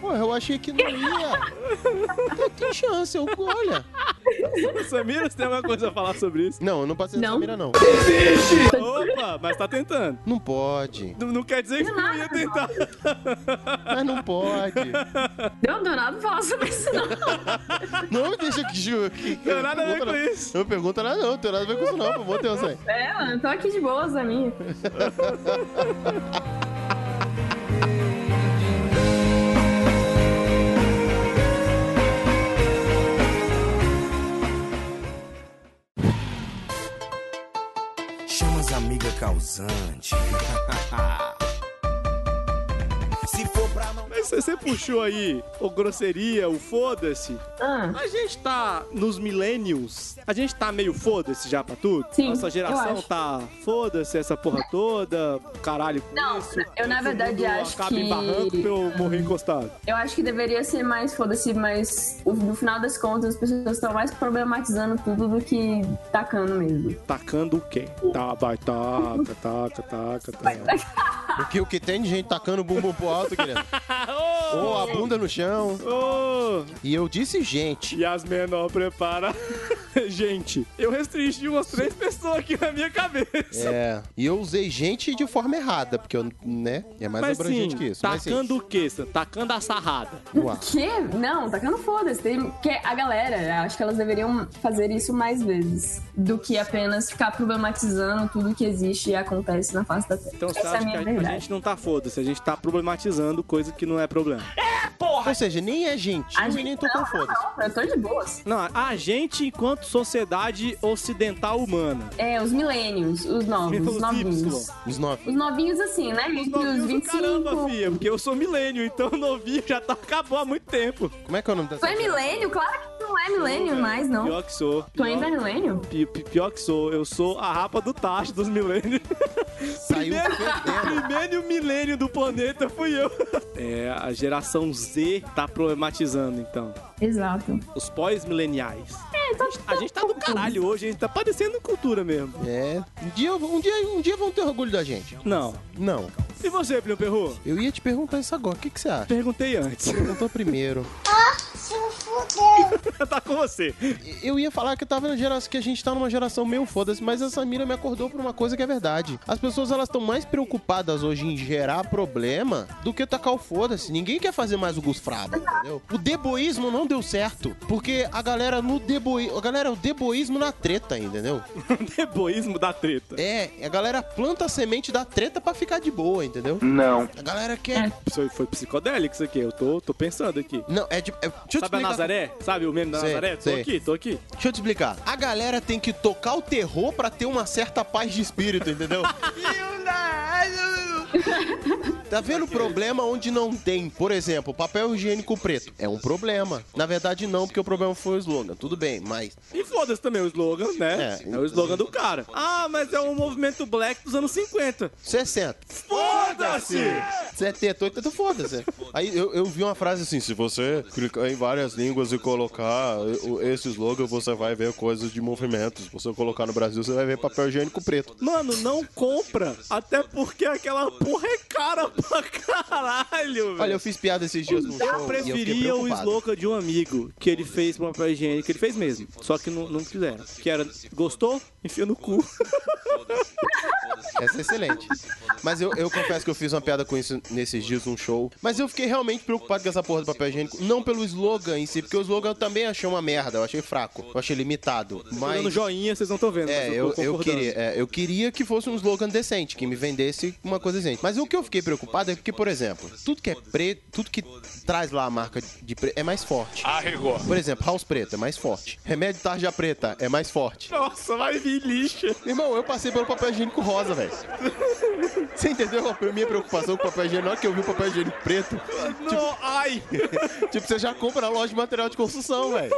Porra, eu achei que não ia. Não tem chance, eu, olha. Samira, você tem alguma coisa a falar sobre isso? Não, eu não passei Não. nessa mira, não. Opa, mas tá tentando. Não pode. Não, não quer dizer que não ia tentar. Mas não pode. Deu, um deu nada pra falar sobre isso, não. Não me deixa que ju. que- Tem nada a ver com não. isso. Não pergunta nada, não. Tem nada a ver com isso, não. Pelo amor de Deus, aí. É, mano, tô aqui de boas, amigo. Chama as amigas causante. Se for pra não. Mas você- você puxou aí o grosseria, o foda-se. Ah, A gente tá nos millennials. A gente tá meio foda-se já pra tudo. Sim, Nossa eu geração acho. tá foda-se essa porra toda. Caralho, com Não, isso. eu, na Esse verdade, mundo acho acaba em que- barranco pra eu morrer encostado. eu acho que deveria ser mais, foda-se, mas o- no final das contas as pessoas estão mais problematizando tudo do que tacando mesmo. Tacando o quê? Tá, vai, taca, taca, taca, taca. Porque o que tem de gente tacando o bumbum pro alto, querido? Ou a bunda no chão. Ô, E eu disse, gente. E as menor prepara. Gente, eu restringi umas três pessoas aqui na minha cabeça. É. E eu usei gente de forma errada, porque eu, né? É mais Mas sim, abrangente que isso. Mas, sim. tacando o quê? Sam? Tacando a sarrada. Uá. Que? Não, tacando foda-se. Tem... Que a galera, acho que elas deveriam fazer isso mais vezes do que apenas ficar problematizando tudo que existe e acontece na face da terra. Então você Essa é a acha que minha a, a verdade. gente não tá foda-se, a gente tá problematizando coisa que não é problema. Ou seja, nem é gente. A e nem tô com não, foda. não, eu tô de boas. Não, a gente enquanto sociedade ocidental humana. Então, É, os milênios, os novos, os Os novinhos. Y. Os nove. Os novinhos assim, né? Entre os Novinho do 25... Caramba, filha, porque eu sou milênio, então novinho já tá, acabou há muito tempo. Como é que é o nome dessa? Foi milênio? Claro que não é milênio mais, não. Pior que sou. Tu ainda é milênio? Pi- pi- Pior que sou, eu sou a rapa do tacho dos milênios. Saiu perdendo. Primeiro milênio do planeta fui eu. É, a geração Z tá problematizando, então. Exato. Os pós-mileniais. É, então... A gente tá do caralho hoje, a gente tá parecendo cultura mesmo. É. Um dia, um, dia, um dia vão ter orgulho da gente. Não. Não. E você, Plio Perru? Eu ia te perguntar isso agora. O que, que você acha? Perguntei antes. Perguntou primeiro. tá com você. Eu ia falar que eu tava na geração que a gente tá numa geração meio foda-se, mas essa mira me acordou por uma coisa que é verdade. As pessoas elas estão mais preocupadas hoje em gerar problema do que tacar o foda-se. Ninguém quer fazer mais o gusfraba, entendeu? O deboísmo não deu certo, porque a galera no deboísmo, a galera é o deboísmo na treta, entendeu? É um Deboísmo da treta. É, a galera planta a semente da treta pra ficar de boa, entendeu? Não. A galera quer Isso foi psicodélico isso aqui, eu tô, tô pensando aqui. não, é de. É, deixa eu te Sabe a explicar- Nazaré? Sabe o meme da Sei, Nazaré? Tô sei. aqui, tô aqui. Deixa eu te explicar. A galera tem que tocar o terror pra ter uma certa paz de espírito, entendeu? Tá vendo o problema onde não tem? Por exemplo, papel higiênico preto. É um problema. Na verdade, não, porque o problema foi o slogan. Tudo bem, mas. E foda-se também o slogan, né? É. É, o slogan do cara. Ah, mas é um movimento black dos anos 50. 60, Foda-se! 70, 80, foda-se. Aí eu, eu vi uma frase assim: se você clicar em várias línguas e colocar o- esse slogan, você vai ver coisas de movimentos. Se você colocar no Brasil, você vai ver papel higiênico preto. Mano, não compra. Até porque aquela porra é cara pra caralho, velho. Olha, eu fiz piada esses dias no show. Eu preferia o Sloca de um amigo que ele fez pra um papel higiênico, ele fez mesmo, só que não, não fizeram. Que era, gostou? Enfia no cu. Essa é excelente. Mas eu, eu confesso que eu fiz uma piada com isso nesses dias num show. Mas eu fiquei realmente preocupado com essa porra do papel higiênico. Não pelo slogan em si, porque o slogan eu também achei uma merda. Eu achei fraco. Eu achei limitado. Mas... Dando Mas. joinha, vocês não estão vendo. É, mas eu, tô eu, concordando. queria, é, eu queria que fosse um slogan decente, que me vendesse uma coisa decente. Mas o que eu fiquei preocupado é porque, por exemplo, tudo que é preto, tudo que traz lá a marca de preto é mais forte. Arregou. Por exemplo, House Preto é mais forte. Remédio Tarja Preta é mais forte. Nossa, vai vir lixa. Irmão, eu passei pelo papel higiênico rosa, velho. Você entendeu a minha preocupação com o papel higiênico? Na hora que eu vi o papel higiênico preto, Não, ai. tipo, você já compra na loja de material de construção, velho.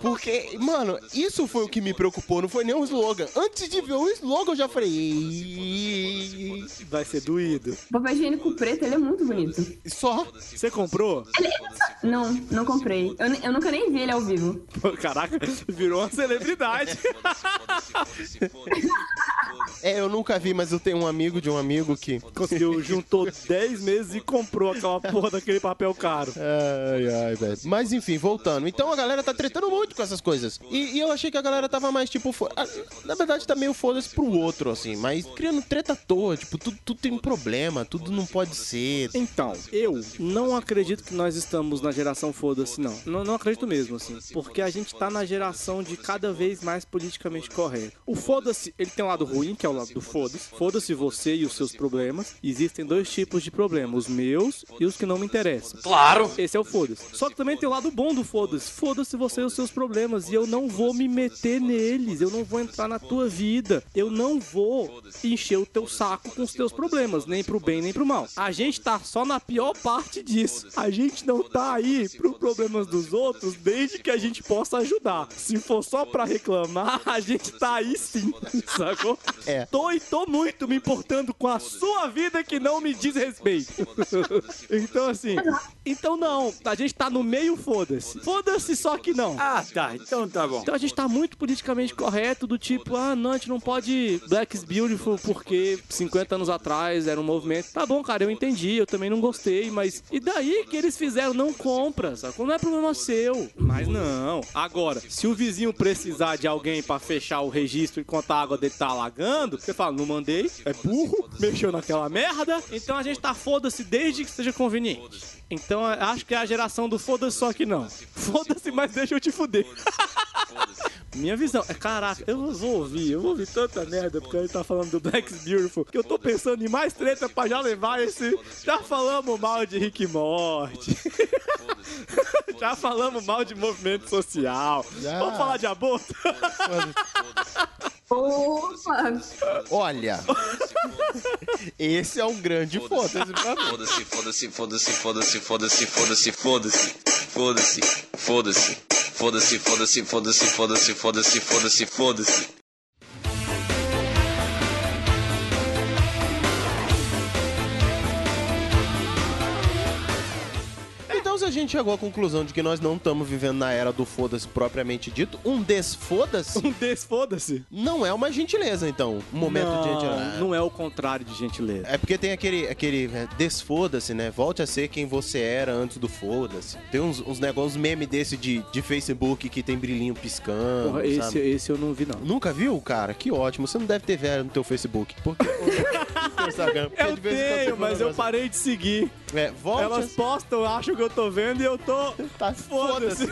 Porque, mano, isso foi o que me preocupou, não foi nem o slogan. Antes de ver o slogan, eu já falei. "Ih, Vai ser doído. O papel higiênico preto, ele é muito bonito. Só. Você comprou? Não, não comprei. Eu, ne- eu nunca nem vi ele ao vivo. Pô, Caraca, virou uma celebridade. É, eu nunca vi, mas eu tenho um amigo de um amigo que. Conseguiu, juntou 10 meses e comprou aquela porra daquele papel caro. Ai, ai, velho. Mas enfim, voltando. Então a galera tá tretando muito com essas coisas. E, e eu achei que a galera tava mais tipo. fo- ah, Na verdade, tá meio foda-se pro outro, assim. Mas criando treta à toa. Tipo, tudo, tudo tem problema, tudo não pode ser. Então, eu não acredito que nós estamos na geração foda-se, não. não. Não acredito mesmo, assim. Porque a gente tá na geração de cada vez mais politicamente correto. O foda-se, ele tem um lado ruim, que é o lado do foda-se. Foda-se você e os seus problemas. Existem dois tipos de problema, os meus e os que não me interessam. Claro! Esse é o foda-se. Só que também tem o lado bom do foda-se. Foda-se você e os seus problemas. E eu não vou me meter neles. Eu não vou entrar na tua vida. Eu não vou encher o teu saco com os teus problemas, nem pro bem nem pro mal. A gente tá só na pior parte disso. A gente não tá aí pro problemas dos outros desde que a gente possa ajudar. Se for só pra reclamar, a gente tá aí sim, sacou? É. Tô e tô muito me importando com a sua vida que não me diz respeito. então assim, então não, a gente tá no meio, foda-se. Foda-se só que não. Ah, tá. Então tá bom. Então a gente tá muito politicamente correto do tipo, ah, não, a gente não pode Black is Beautiful porque 50 anos atrás era um movimento. Tá bom, cara, eu entendi, eu também não gostei, mas e daí que eles fizeram? Não compra, sacou? Não é problema seu. Mas não. Agora, se o vizinho precisar de alguém pra fechar o registro e contar a água dele tá alagando, você fala, não mandei, é burro, mexeu naquela merda, então a gente tá foda-se desde que seja conveniente. Então eu acho que é a geração do foda-se só que não. Foda-se, mas deixa eu te fuder. Minha visão. É, caraca, eu vou ouvir, eu vou ouvir tanta merda porque ele tá falando do Black is Beautiful. Que eu tô pensando em mais treta pra já levar esse. Já falamos mal de Rick e Morty. já falamos mal de movimento social. Vamos falar de aborto? Opa! Olha. Esse é um grande foda-se pra mim. Foda-se, foda-se, foda-se, foda-se, foda-se, foda-se, foda-se, foda-se, foda-se, foda-se, foda-se, foda-se, foda-se, foda-se, foda-se, foda-se. Então, se a gente chegou à conclusão de que nós não estamos vivendo na era do foda-se propriamente dito, um desfoda-se Um desfoda-se. não é uma gentileza, então. Um momento de Não, gentileza. não é o contrário de gentileza. É porque tem aquele, aquele né, desfoda-se, né? Volte a ser quem você era antes do foda-se. Tem uns, uns negócios, uns meme desse de, de Facebook que tem brilhinho piscando, Porra, esse, É, é- sabe? esse eu não vi, não. Nunca viu, cara? Que ótimo. Você não deve ter velho no teu Facebook. Porque... no teu Instagram, porque Eu É, de vez em quando tenho, você manda mas eu negócio. parei de seguir. É, volte a Elas postam, acham que eu tô vendo e eu tô. Tá, Foda-se.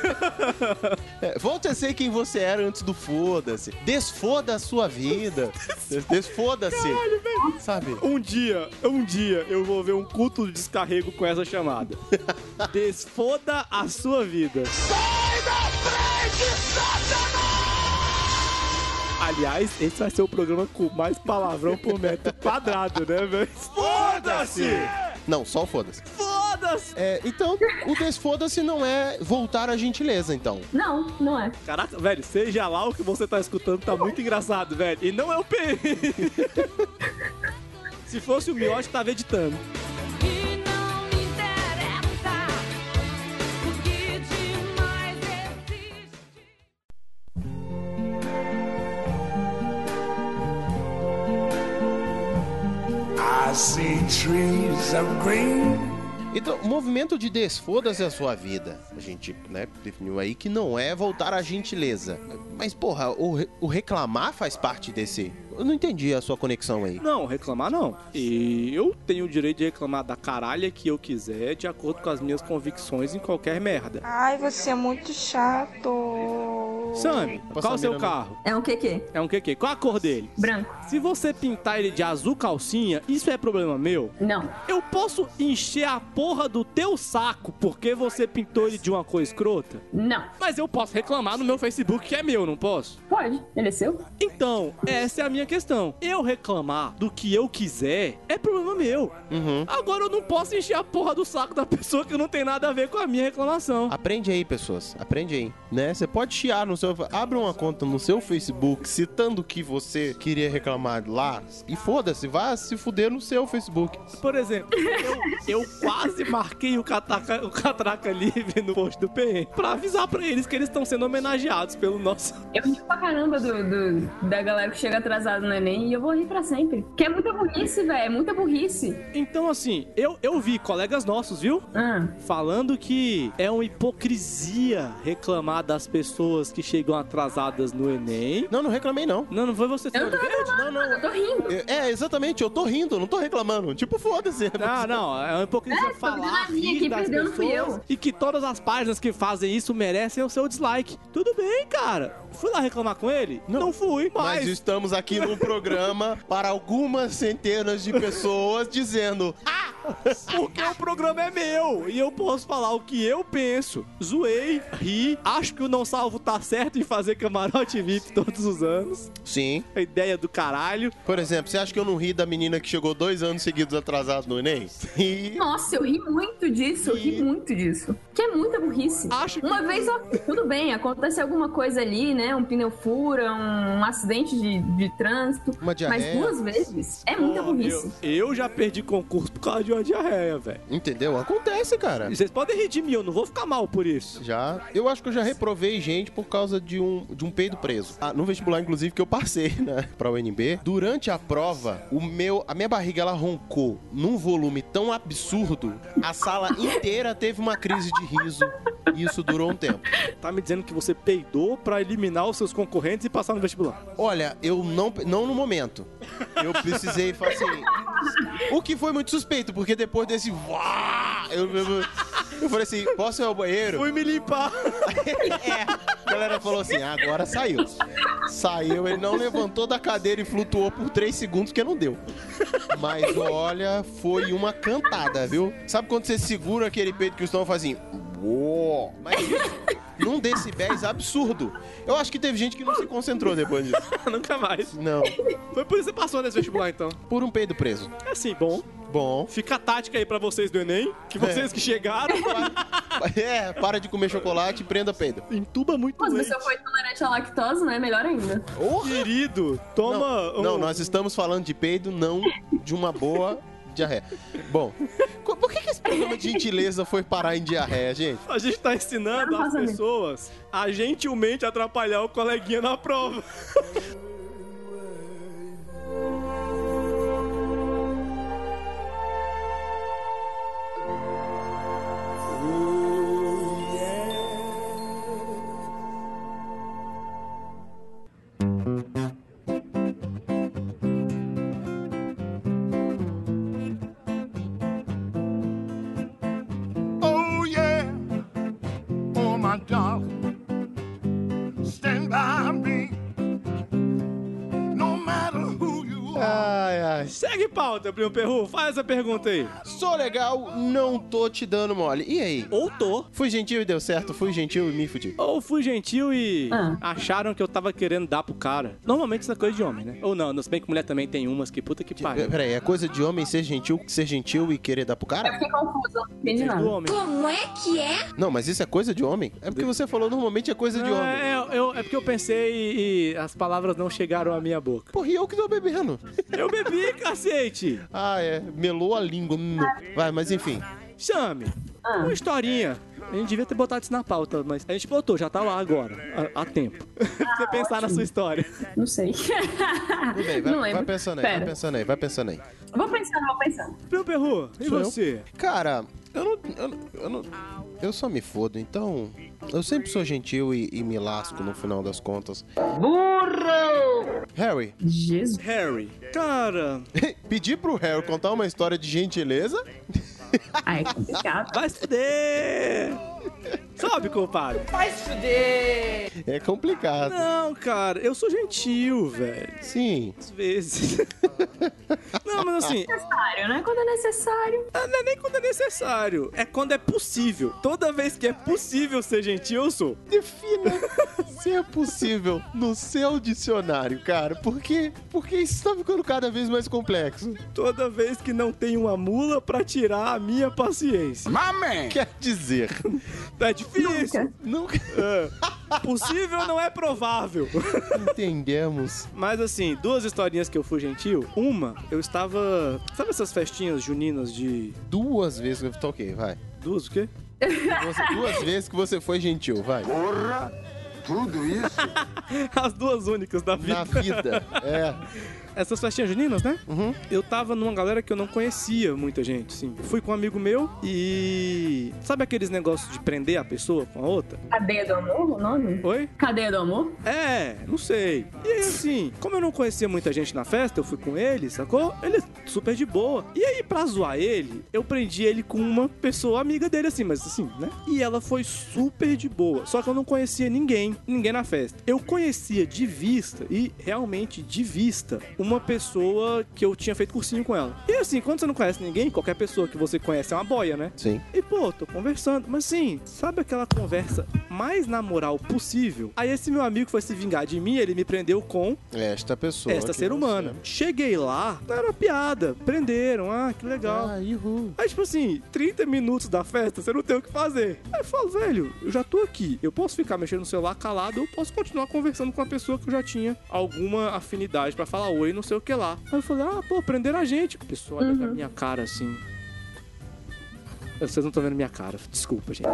É, volte a ser quem você era antes do foda-se. Desfoda a sua vida. Des- Desfoda-se. Sabe? Um dia, um dia eu vou ver um culto de descarrego com essa chamada. Desfoda a sua vida. Sai da frente, Satanás! Aliás, esse vai ser o programa com mais palavrão por metro quadrado, né, velho? Foda-se! Não, só o foda-se. Foda-se! É, então, o desfoda-se não é voltar à gentileza, então. Não, não é. Caraca, velho, seja lá o que você tá escutando, tá muito engraçado, velho. E não é o PN. Se fosse o Miotti, tava editando. E não me interessa o que demais existe. I I see trees of green. Então, o movimento de desfoda-se a sua vida, a gente, né, definiu aí que não é voltar à gentileza. Mas, porra, o, re- o reclamar faz parte desse. Eu não entendi a sua conexão aí. Não, reclamar não. E eu tenho o direito de reclamar da caralha que eu quiser, de acordo com as minhas convicções em qualquer merda. Ai, você é muito chato. Sammy, qual o seu carro? É um QQ. É um QQ. Qual a cor dele? Branco. Se você pintar ele de azul calcinha, isso é problema meu? Não. Eu posso encher a porra do teu saco porque você pintou ele de uma cor escrota? Não. Mas eu posso reclamar no meu Facebook que é meu, não posso? Pode. Ele é seu? Então, essa é a minha questão. Eu reclamar do que eu quiser é problema meu. Agora eu não posso encher a porra do saco da pessoa que não tem nada a ver com a minha reclamação. Aprende aí, pessoas. Aprende aí, né? Você pode chiar no seu... Abre uma conta no seu Facebook citando o que você queria reclamar lá e foda-se, vá se fuder no seu Facebook. Por exemplo, eu, eu quase marquei o, cataca- o Catraca Livre no post do PM pra avisar pra eles que eles estão sendo homenageados pelo nosso. Eu rio pra caramba do, do- da galera que chega atrasada no Enem e eu vou rir pra sempre. Que é muita burrice, velho. É muita burrice. Então, assim, eu, eu vi colegas nossos, viu? Ah, Falando que é uma hipocrisia reclamar das pessoas que chegam atrasadas no Enem. Não, não reclamei, não. Não, não foi você. eu não tô reclamando, Não, não. eu tô rindo. Eu- É, exatamente, eu tô rindo, não tô reclamando. Tipo, foda-se. Não, não, é uma hipocrisia É, tô falar dizendo a minha, rir quem das perdeu não fui pessoas eu. e que todas as páginas que fazem isso merecem o seu dislike. Tudo bem, cara. Fui lá reclamar com ele? Não, fui, Mas mas... estamos aqui num programa para algumas centenas de pessoas dizendo. "Ah, Porque o programa é meu e eu posso falar o que eu penso. Zoei, ri, acho que o Não Salvo tá certo em fazer camarote VIP todos os anos. Sim. A ideia do caralho. Por exemplo, você acha que eu não ri da menina que chegou dois anos seguidos atrasado no Enem? E. Nossa, eu ri muito disso, eu ri muito disso. Que é muita burrice. Acho que- Uma vez, ó, tudo bem, acontece alguma coisa ali, né? Um pneu fura, um, acidente de, de trânsito. Uma diarreia. Mas duas vezes é muita Pô, burrice. Eu, eu já perdi concurso por causa de uma diarreia, velho. Entendeu? Acontece, cara. E Vocês podem rir de mim, eu não vou ficar mal por isso. Já. Eu acho que eu já reprovei gente por causa de um, de um peido preso. Ah, no vestibular, inclusive, que eu passei, né? Pra UNB. Durante a prova, o meu, a minha barriga, ela roncou num volume tão absurdo. A sala inteira teve uma crise de riso. E isso durou um tempo. Tá me dizendo que você peidou pra eliminar os seus concorrentes e passar no vestibular. Olha, eu não. Não no momento. Eu precisei falar assim. O que foi muito suspeito, porque depois desse. uá, Eu, eu, eu falei assim: posso ir ao banheiro? Fui me limpar. A galera falou assim: "Ah, agora saiu. Saiu, ele não levantou da cadeira e flutuou por 3 segundos, porque não deu. Mas olha, foi uma cantada, viu? Sabe quando você segura aquele peito que o estômago faz assim? "Uó", Mas num decibéis absurdo. Eu acho que teve gente que não se concentrou depois disso. Nunca mais. Não. Foi por isso que você passou nesse vestibular, então. Por um peido preso. É assim, bom. Bom. Fica a tática aí pra vocês do Enem, que vocês que chegaram, É, para de comer chocolate e prenda peido. entuba muito Mas leite. você foi intolerante à lactose, né? Melhor ainda. Querido, toma Oh, Não, um... não, nós estamos falando de peido, não de uma boa diarreia. Bom, co- por que, que esse programa de gentileza foi parar em diarreia, gente? A gente tá ensinando Não, as faça mesmo. pessoas a gentilmente atrapalhar o coleguinha na prova. Oh yeah, oh my darling, stand by me. No matter who you are. Ai, ai. Segue pauta, primo Perru, faz essa pergunta aí. Sou legal, não tô te dando mole. E aí? Ou tô. Fui gentil e deu certo, fui gentil e me fudi. Ou fui gentil e Ah. acharam que eu tava querendo dar pro cara. Normalmente isso é coisa de homem, né? Ou não, não se bem que mulher também tem umas que puta que P- pariu. Peraí, é coisa de homem ser gentil, ser gentil e querer dar pro Eu cara? fiquei confusa, não entendi É Do nada. homem. Como é que é? Não, mas isso é coisa de homem? É porque você falou normalmente é coisa de homem. É, eu- eu- é porque eu pensei e, e as palavras não chegaram à minha boca. Porra, e eu que tô bebendo. Eu bebi, cacete! Ah, é. Melou a língua. Hum. Vai, mas enfim. Chame, uma historinha A gente devia ter botado isso na pauta, mas a gente botou, já tá lá agora, há há tempo. pra você pensar na sua história. Não sei. Tudo bem, vai, Não lembro. vai pensando aí, Pera. vai pensando aí, vai pensando aí. Vou pensar, vou pensar. Meu perru, e Sou eu? você? Cara, eu não, eu, não- eu não. Eu só me fodo, então. Eu sempre sou gentil e, e me lasco no final das contas. Burro! Harry, Jesus. Harry. Cara, pedir pro Harry contar uma história de gentileza? Ai, é complicado. vai se fuder! Sabe, compadre? É complicado. Não, cara, eu sou gentil, velho. Sim. Às vezes. Não, mas assim, Necessário, né? Quando é necessário. Ah, Não é nem quando é necessário, é quando é possível. Toda vez que é possível ser gentil, eu sou. Defina se é possível no seu dicionário, cara. Porque, porque isso tá ficando cada vez mais complexo. Toda vez que não tem uma mula pra tirar a minha paciência. Quer dizer, É difícil. Nunca. nunca É. Possível não é provável. entendemos. Mas assim, duas historinhas que eu fui gentil. Uma, eu estava. Sabe essas festinhas juninas de. Duas vezes que eu tá ok, vai. Duas, o quê? Você- duas vezes que você foi gentil, vai. As duas únicas da vida. Na vida. É. Essas festinhas juninas, né? Uhum. Eu tava numa galera que eu não conhecia muita gente, sim. Fui com um amigo meu e. Sabe aqueles negócios de prender a pessoa com a outra? Cadeia do amor, o nome? Oi? Cadeia do amor? É, não sei. E aí, assim, como eu não conhecia muita gente na festa, eu fui com ele, sacou? Ele é super de boa. E aí, pra zoar ele, eu prendi ele com uma pessoa amiga dele, assim, mas assim, né? E ela foi super de boa. Só que eu não conhecia ninguém, ninguém na festa. Eu conhecia de vista, e realmente de vista, uma pessoa que eu tinha feito cursinho com ela. E assim, quando você não conhece ninguém, qualquer pessoa que você conhece é uma boia, né? Sim. E pô, tô conversando. Mas assim, sabe aquela conversa mais na moral possível? Aí esse meu amigo foi se vingar de mim, ele me prendeu com Esta pessoa. esta que ser você- humana. Cheguei lá, não era uma piada. Prenderam, ah, que legal. Ah, ihu. Aí, tipo assim, 30 minutos da festa, você não tem o que fazer. Aí eu falo, velho, eu já tô aqui. Eu posso ficar mexendo no celular calado, eu posso continuar conversando com a pessoa que eu já tinha alguma afinidade pra falar oi, não sei o que lá. Aí eu falei, ah, pô, prenderam a gente. A pessoa olha pra minha cara assim. Vocês não estão vendo minha cara, desculpa, gente.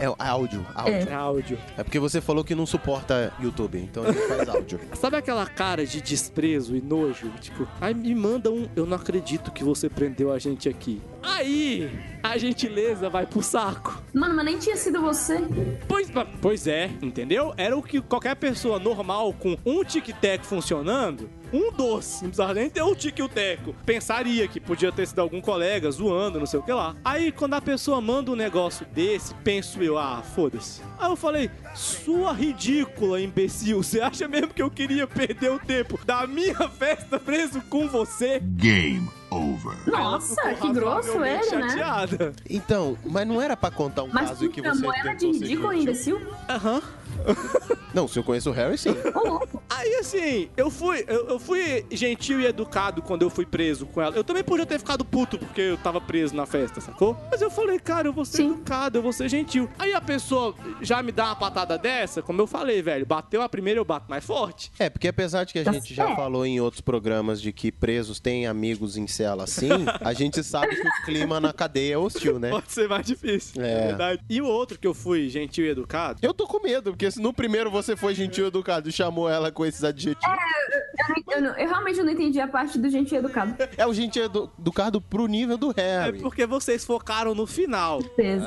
É o áudio, áudio. É áudio. É. porque você falou que não suporta YouTube, então a gente faz áudio. Sabe aquela cara de desprezo e nojo? Tipo, aí me manda um. Eu não acredito que você prendeu a gente aqui. Aí, a gentileza vai pro saco. Mano, mas nem tinha sido você. Pois, pa- pois é, entendeu? Era o que qualquer pessoa normal com um tic-tac funcionando, um doce, não precisava nem ter um tic e o teco, pensaria que podia ter sido algum colega zoando, não sei o que lá. Aí quando a pessoa manda um negócio desse, penso eu, ah, foda-se. Aí eu falei, sua ridícula, imbecil, você acha mesmo que eu queria perder o tempo da minha festa preso com você? Game over. Nossa, que grosso é, ele, né? chateada. Então, mas não era pra contar um Mas caso em tu que você chamou ela de tentou ser ridículo e gentil? imbecil? Aham. Não, se eu conheço o Harry, sim. Ô, louco. Aí assim, eu fui, eu, eu fui gentil e educado quando eu fui preso com ela. Eu também podia ter ficado puto porque eu tava preso na festa, sacou? Mas eu falei, cara, eu vou ser Sim. educado, eu vou ser gentil. Aí a pessoa já me dá uma patada dessa, como eu falei, velho, bateu a primeira, eu bato mais forte. É, porque apesar de que a Tá gente já certo. falou em outros programas de que presos têm amigos em cela assim, a gente sabe que o clima na cadeia é hostil, né? Pode ser mais difícil, É. é verdade. E o outro que eu fui gentil e educado, Eu tô com medo, porque se no primeiro você foi gentil e educado e chamou ela com esses adjetivos. Eu, não- eu realmente não entendi a parte do gentil educado. É o gentil edu- educado pro nível do é Harry. porque vocês focaram no final. Beleza.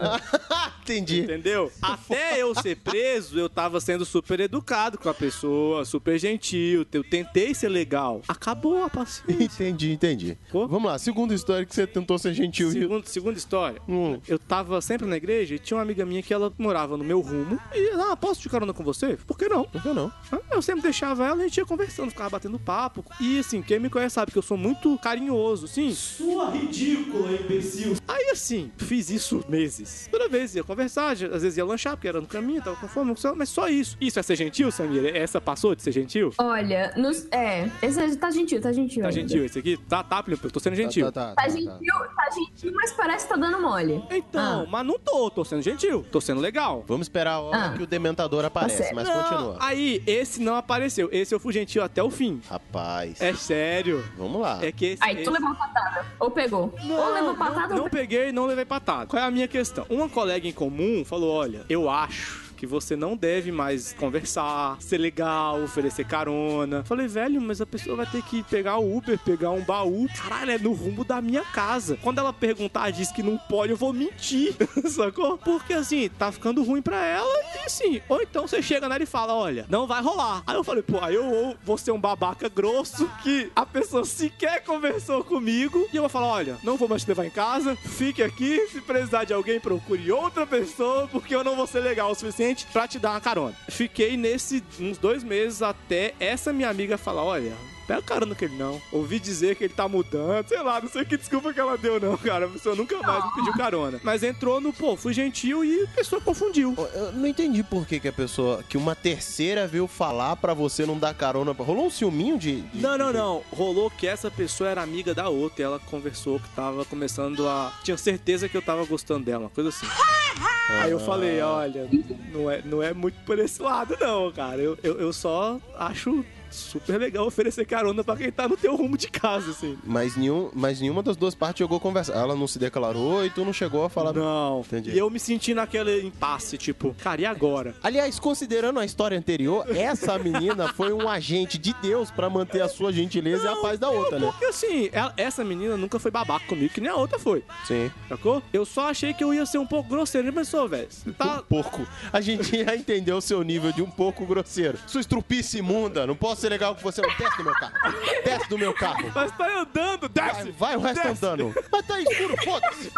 Entendi. Entendeu? Até eu ser preso, eu tava sendo super educado com a pessoa, super gentil. Eu tentei ser legal. Acabou a paciência. Entendi, entendi. Pô? Vamos lá, segunda história que você tentou ser gentil e- Segundo- segunda história. Hum. Eu tava sempre na igreja e tinha uma amiga minha que ela morava no meu rumo. E, ah, posso de carona com você? Por que não? Por que não? Tá, Eu sempre deixava ela e a gente ia conversando, ficava batendo papo. E assim, quem me conhece sabe que eu sou muito carinhoso, sim. Sua ridícula, imbecil. Aí assim, fiz isso meses. Toda vez ia conversar, já- às vezes ia lanchar, porque era no caminho, tava com fome, mas só isso. Isso é ser gentil, Samir? Essa passou de ser gentil? Olha, nos, é. Esse é- tá gentil, tá gentil. Tá ainda. gentil esse aqui? Tá, tá, Plínio, eu tô sendo gentil. Tá, tá, tá, Tá tá, tá. gentil, tá gentil, mas parece que tá dando mole. Então, Ah. mas não tô, tô sendo gentil, tô sendo legal. Vamos esperar a hora Ah. que o dementador aparece, certo. mas Não, continua. Aí, esse não apareceu. Esse eu fui gentil até o fim. Rapaz. É sério. Vamos lá. É que esse, Aí, tu esse- levou a patada. Ou pegou. ou levou a patada não, ou não peguei e não levei patada. Qual é a minha questão? Uma colega em comum falou: olha, eu acho que você não deve mais conversar, ser legal, oferecer carona. Falei, velho, mas a pessoa vai ter que pegar o Uber, pegar um baú. Caralho, é no rumo da minha casa. Quando ela perguntar, diz que não pode, eu vou mentir, sacou? Porque assim, tá ficando ruim pra ela e assim, ou então você chega nela e fala, olha, não vai rolar. Aí eu falei, pô, aí eu ou vou ser um babaca grosso que a pessoa sequer conversou comigo e eu vou falar, olha, não vou mais te levar em casa, fique aqui, se precisar de alguém, procure outra pessoa, porque eu não vou ser legal o suficiente pra te dar uma carona. Fiquei nesse uns dois meses até essa minha amiga falar, olha, Pega carona que ele não. Ouvi dizer que ele tá mudando, sei lá, não sei que desculpa que ela deu, não, cara. A pessoa nunca mais me pediu carona. Mas entrou no, pô, fui gentil e a pessoa confundiu. Eu não entendi por que, que a pessoa, que uma terceira veio falar pra você não dar carona. pra- Rolou um ciúminho de. de- Não, não, não. Rolou que essa pessoa era amiga da outra e ela conversou que tava começando a. Tinha certeza que eu tava gostando dela, uma coisa assim. Aí eu Ah. falei, olha, não é, não é muito por esse lado, não, cara. Eu, eu, eu só acho super legal oferecer carona pra quem tá no teu rumo de casa, assim. Mas, nenhum, mas nenhuma das duas partes jogou conversa. Ela não se declarou e tu não chegou a falar. Não. Entendi. E eu me senti naquele impasse, tipo, cara, e agora? Aliás, considerando a história anterior, essa menina foi um agente de Deus pra manter a sua gentileza e a paz da outra, né? Porque assim, ela- essa menina nunca foi babaca comigo, que nem a outra foi. Sim. Sacou? Eu só achei que eu ia ser um pouco grosseiro, ele pensou, velho. você Tá... Um pouco. A gente já entendeu o seu nível de um pouco grosseiro. Sua estrupice imunda, não posso ser legal com você. Desce do meu carro. Desce do meu carro. Mas tá andando, desce! Vai, vai o resto andando. Mas tá escuro, foda-se.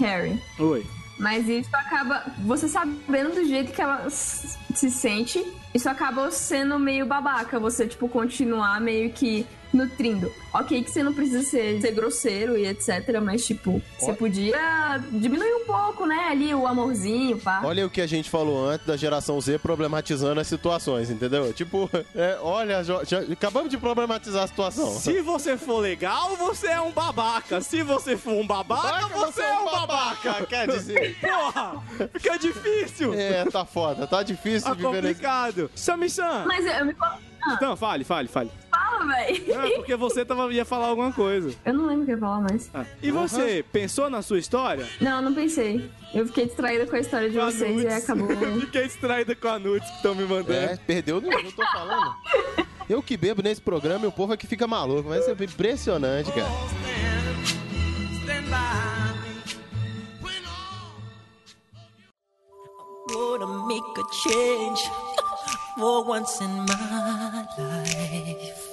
Harry. Oi. Mas isso acaba. Você sabendo do jeito que ela s- se sente, isso acaba sendo meio babaca. Você, tipo, continuar meio que nutrindo. Ok, que você não precisa ser, ser grosseiro e etc. Mas, tipo, você podia diminuir um pouco, né? Ali o amorzinho, pá. Olha o que a gente falou antes da geração Z problematizando as situações, entendeu? Tipo, é, olha, jo- já- acabamos de problematizar a situação. Se você for legal, você é um babaca. Se você for um babaca, Babaca, você é um babaca. quer dizer. Porra! Fica difícil! É, tá foda, tá difícil Tá viver nesse... complicado. Sami-san! Mas eu, eu me falo. Ah, Não, fale, fale, fale. fala, véi. Não, é porque você tava, ia falar alguma coisa. Eu não lembro o que eu ia falar mais. Ah, E você, pensou na sua história? Não, eu não pensei. Eu fiquei distraída com a história de Com a vocês e nudes. acabou. Fiquei distraída com a nudes que estão me mandando. É, perdeu, não, eu tô falando. Eu que bebo nesse programa e o povo é que fica maluco. Vai ser impressionante, cara. Stand by me. Gonna make a change for once in my life.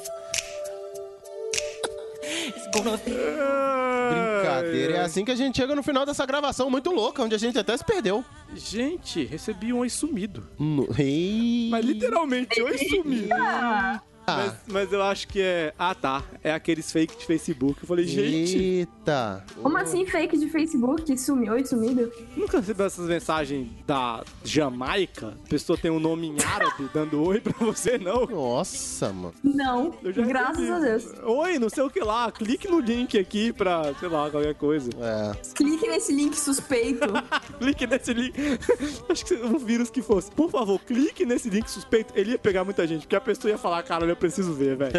It's gonna be É. Brincadeira. É assim que a gente chega no final dessa gravação muito louca, onde a gente até se perdeu. Gente, recebi um oi sumido. No- Ei. Mas literalmente, oi sumido. Ah. Mas, mas eu acho que é. Ah, tá. É aqueles fake de Facebook. Eu falei, é gente, Eita. Como assim, fake de Facebook? Sumiu e sumido? nunca recebeu essas mensagens da Jamaica? A pessoa tem um nome em árabe dando oi pra você, não? Nossa, mano. Não. Eu já Graças recebi. a Deus. Oi, não sei o que lá. Clique no link aqui pra, sei lá, qualquer coisa. É. Clique nesse link suspeito. clique nesse link. Acho que um vírus que fosse. Por favor, clique nesse link suspeito. Ele ia pegar muita gente, porque a pessoa ia falar, caralho, eu preciso ver, velho.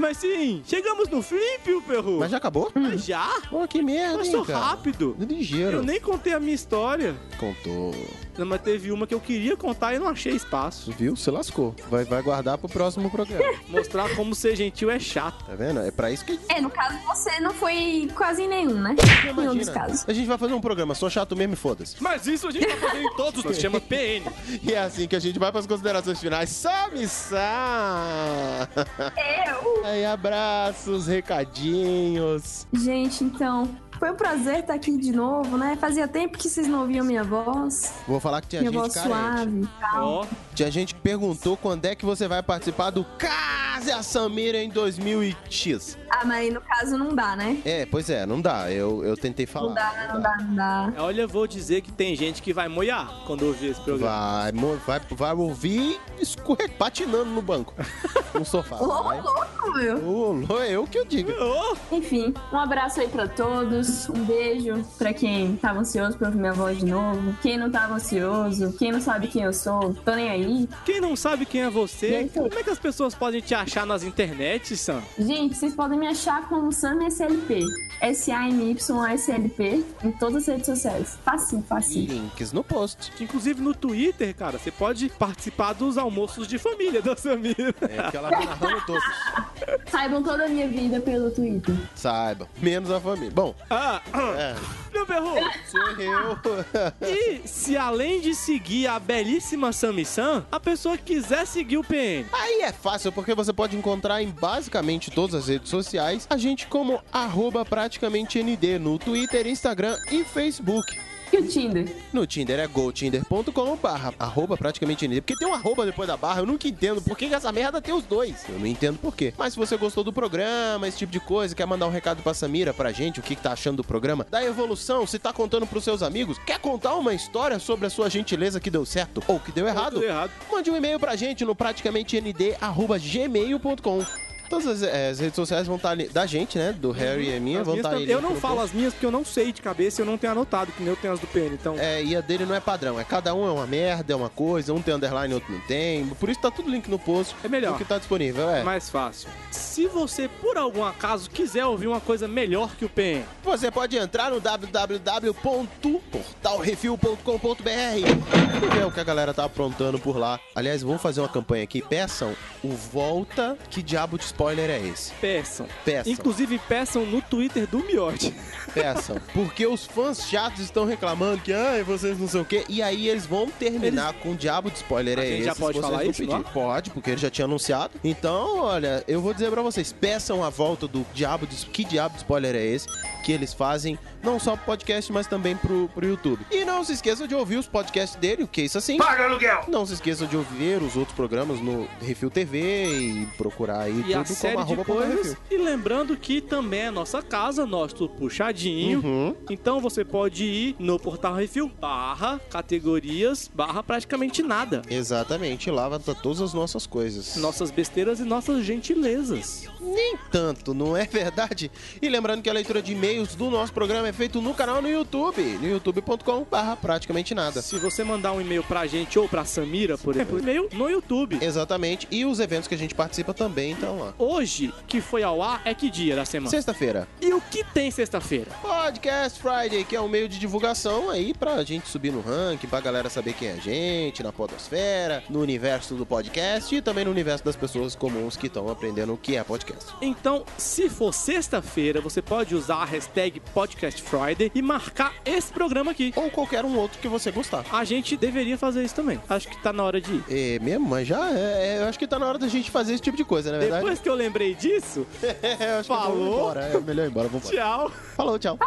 Mas sim, chegamos no fim, Pio Perru. É. Mas já acabou? Mas já? Pô, que merda, Mas hein, sou cara. rápido. Ligeiro. Eu nem contei a minha história. Contou. Não, Mas teve uma que eu queria contar e não achei espaço. Viu? Se lascou. Vai, vai guardar pro próximo programa. Mostrar como ser gentil é chato. Tá vendo? É pra isso que a gente... É, no caso você não foi quase em nenhum, né? Nenhum dos casos. A gente vai fazer um programa, sou chato mesmo e foda-se. Mas isso a gente tá fazendo em todos, se chama PN. E é assim que a gente vai pras considerações finais. Sabe, Sá! Eu! Aí, abraços, recadinhos. Gente, então, foi um prazer estar aqui de novo, né? Fazia tempo que vocês não ouviam minha voz. Vou falar que tinha Minha É, gente voz suave. carente. Ó, Tinha gente que perguntou quando é que você vai participar do Case a Samira em 2000 e X. Ah, mas no caso não dá, né? É, pois é, não dá. Eu, eu tentei falar. Não dá, não dá, não dá. Olha, vou dizer que tem gente que vai moiar quando ouvir esse programa. Vai, mo- vai, vai ouvir escorre, patinando no banco. No sofá. Ô, vai. louco, meu. né? Ô, lou- é eu que eu digo. Enfim, um abraço aí pra todos, um beijo pra quem tava ansioso pra ouvir minha voz de novo, quem não tava ansioso, quem não sabe quem eu sou, tô nem aí. Quem não sabe quem é você, Gente. como é que as pessoas podem te achar nas internet, Sam? Gente, vocês podem me achar como Sam SLP, S-A-M-Y-S-L-P, em todas as redes sociais. Facinho, facinho. Links no post. Inclusive no Twitter, cara, você pode participar dos almoços de família da Samira. É, porque ela vai narrando todos. Saibam toda a minha vida pelo Twitter. Saiba. Menos a família. Bom. Ah, É. Meu perro! E se além de seguir a belíssima Sami-san, a pessoa quiser seguir o PN? Aí é fácil, porque você pode encontrar em basicamente todas as redes sociais a gente como arroba praticamente ND no Twitter, Instagram e Facebook. E o Tinder? No Tinder é gotinder.com barra arroba praticamente ND. Porque tem um arroba depois da barra, eu nunca entendo por que que essa merda tem os dois. Eu não entendo por quê. Mas se você gostou do programa, esse tipo de coisa, quer mandar um recado pra Samira, pra gente, o que, que tá achando do programa, da evolução, se tá contando pros seus amigos, quer contar uma história sobre a sua gentileza que deu certo ou que deu errado, deu Tá errado. mande um e-mail pra gente no praticamente nd@gmail.com. Todas as, eh, as redes sociais vão estar ali, da gente, né? Do Harry e a minha, né? As vão minhas estar tam- ali. eu não no falo as minhas porque eu não sei de cabeça, eu não tenho anotado que nem eu tenho as do PN, então. É, e a dele não é padrão. É cada um é uma merda, é uma coisa, um tem underline, outro não tem. Por isso tá tudo link no post. É melhor. O que tá disponível, é. Mais fácil. Se você, por algum acaso, quiser ouvir uma coisa melhor que o PN, Você pode entrar no www.portalrefil.com.br e ver o que a galera tá aprontando por lá. Aliás, vamos fazer uma campanha aqui. Peçam o Volta. Que diabo de spoiler é esse? peçam. Peçam. Inclusive, peçam no Twitter do Miote. Peçam. Porque os fãs chatos estão reclamando que, ai, vocês não sei o quê. E aí eles vão terminar com o diabo de spoiler. A é gente esse, já se pode vocês falar não isso, pedirem. não? Pode, porque ele já tinha anunciado. Então, olha, eu vou dizer pra vocês: peçam a volta do diabo de. Que diabo de spoiler é esse que eles fazem, não só pro podcast, mas também pro, pro YouTube. E não se esqueçam de ouvir os podcasts dele, o que é isso assim. Paga aluguel! Não se esqueçam de ouvir os outros programas no Refil TV e procurar aí E a tudo como série de arroba ponto coisas. refil. E lembrando que também é nossa casa, nosso puxadinho. Uhum. Então você pode ir no portal refil barra categorias barra praticamente nada. Exatamente, lá vai estar todas as nossas coisas. Nossas besteiras e nossas gentilezas. Nem tanto, não é verdade? E lembrando que a leitura de e-mails do nosso programa é feito no canal no YouTube, no youtube.com barra praticamente nada. Se você mandar um e-mail pra gente ou pra Samira, por exemplo, e-mail no YouTube. Exatamente, e os eventos que a gente participa também então lá. Hoje, que foi ao ar, é que dia da semana? Sexta-feira, E o que tem sexta-feira? Podcast Friday, que é um meio de divulgação aí pra gente subir no ranking, pra galera saber quem é a gente, na podosfera, no universo do podcast e também no universo das pessoas comuns que estão aprendendo o que é podcast. Então, se for sexta-feira, você pode usar a hashtag Podcast Friday e marcar esse programa aqui. Ou qualquer um outro que você gostar. A gente deveria fazer isso também. Acho que tá na hora de ir. É mesmo, mas já é, é, eu acho que tá na hora da gente fazer esse tipo de coisa, na verdade. Depois que eu lembrei disso, É, eu acho que eu vou Falou. embora. É melhor ir embora, vamos embora. tchau. Falou, tchau.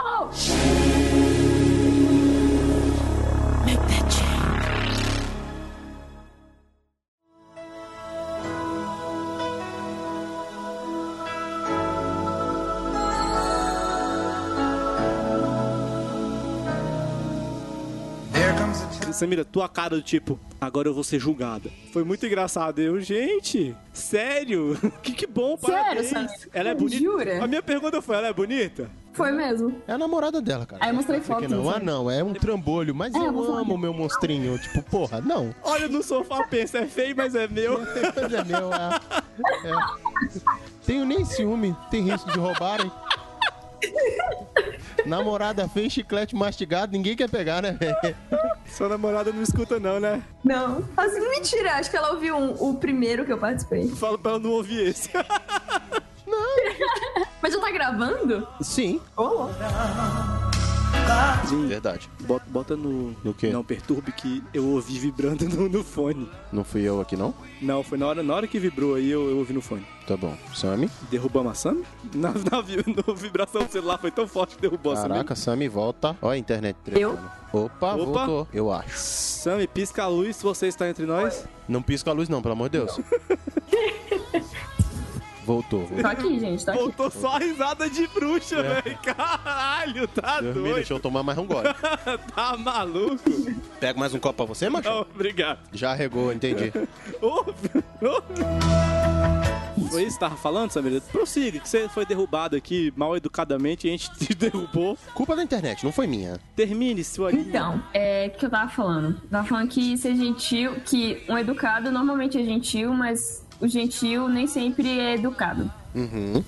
Samira, tua cara do tipo, agora eu vou ser julgada. Foi muito engraçado. Eu, gente, sério? Que, que bom, Sério, parabéns. Samira? Ela é bonita? Jura? A minha pergunta foi, ela é bonita? Foi mesmo. É a namorada dela, cara. Aí eu mostrei Por que foto. não? Ah, sabe? não, é um trambolho, mas É, eu vou eu falar. amo o meu monstrinho. Tipo, porra, não. Olha no sofá, pensa, é feio, mas é meu. Mas é meu, é. é. Tenho nem ciúme, tem risco de roubarem. Namorada fez chiclete mastigado, ninguém quer pegar, né, velho? Sua namorada não escuta não, né? Não. Assim, mentira, acho que ela ouviu um- o primeiro que eu participei. Fala pra ela não ouvir esse. Mas já tá gravando? Sim, Oh. verdade. Bota, bota no... No quê? Não perturbe que eu ouvi vibrando no, no fone. Não fui eu aqui, não? Não, foi na hora, na hora que vibrou aí, eu, eu ouvi no fone. Tá bom. Sammy? Derrubamos a Sam? Na, na, vi- na vibração do celular foi tão forte que derrubou Caraca, Sammy, volta. Ó a internet. Eu? trepando. Opa, voltou. Eu acho. a Sam. Sam, pisca a luz se você está entre nós. Não pisca a luz, não, pelo amor de Deus. Voltou. voltou. Tô aqui, gente, tô aqui. Voltou só a risada de bruxa, velho. Caralho, tá Deus me livre, doido. deixa eu tomar mais um gole. tá maluco? Pega mais um copo pra você, macho? Não, obrigado. Já regou, entendi. Ô, ô. Foi isso que tava falando, Samir? Prossiga, que você foi derrubado aqui mal educadamente e a gente te derrubou. Culpa da internet, não foi minha. Termine sua linha. Então, é o que eu tava falando. Tava falando que ser gentil, que um educado normalmente é gentil, mas o gentil nem sempre é educado. Uhum.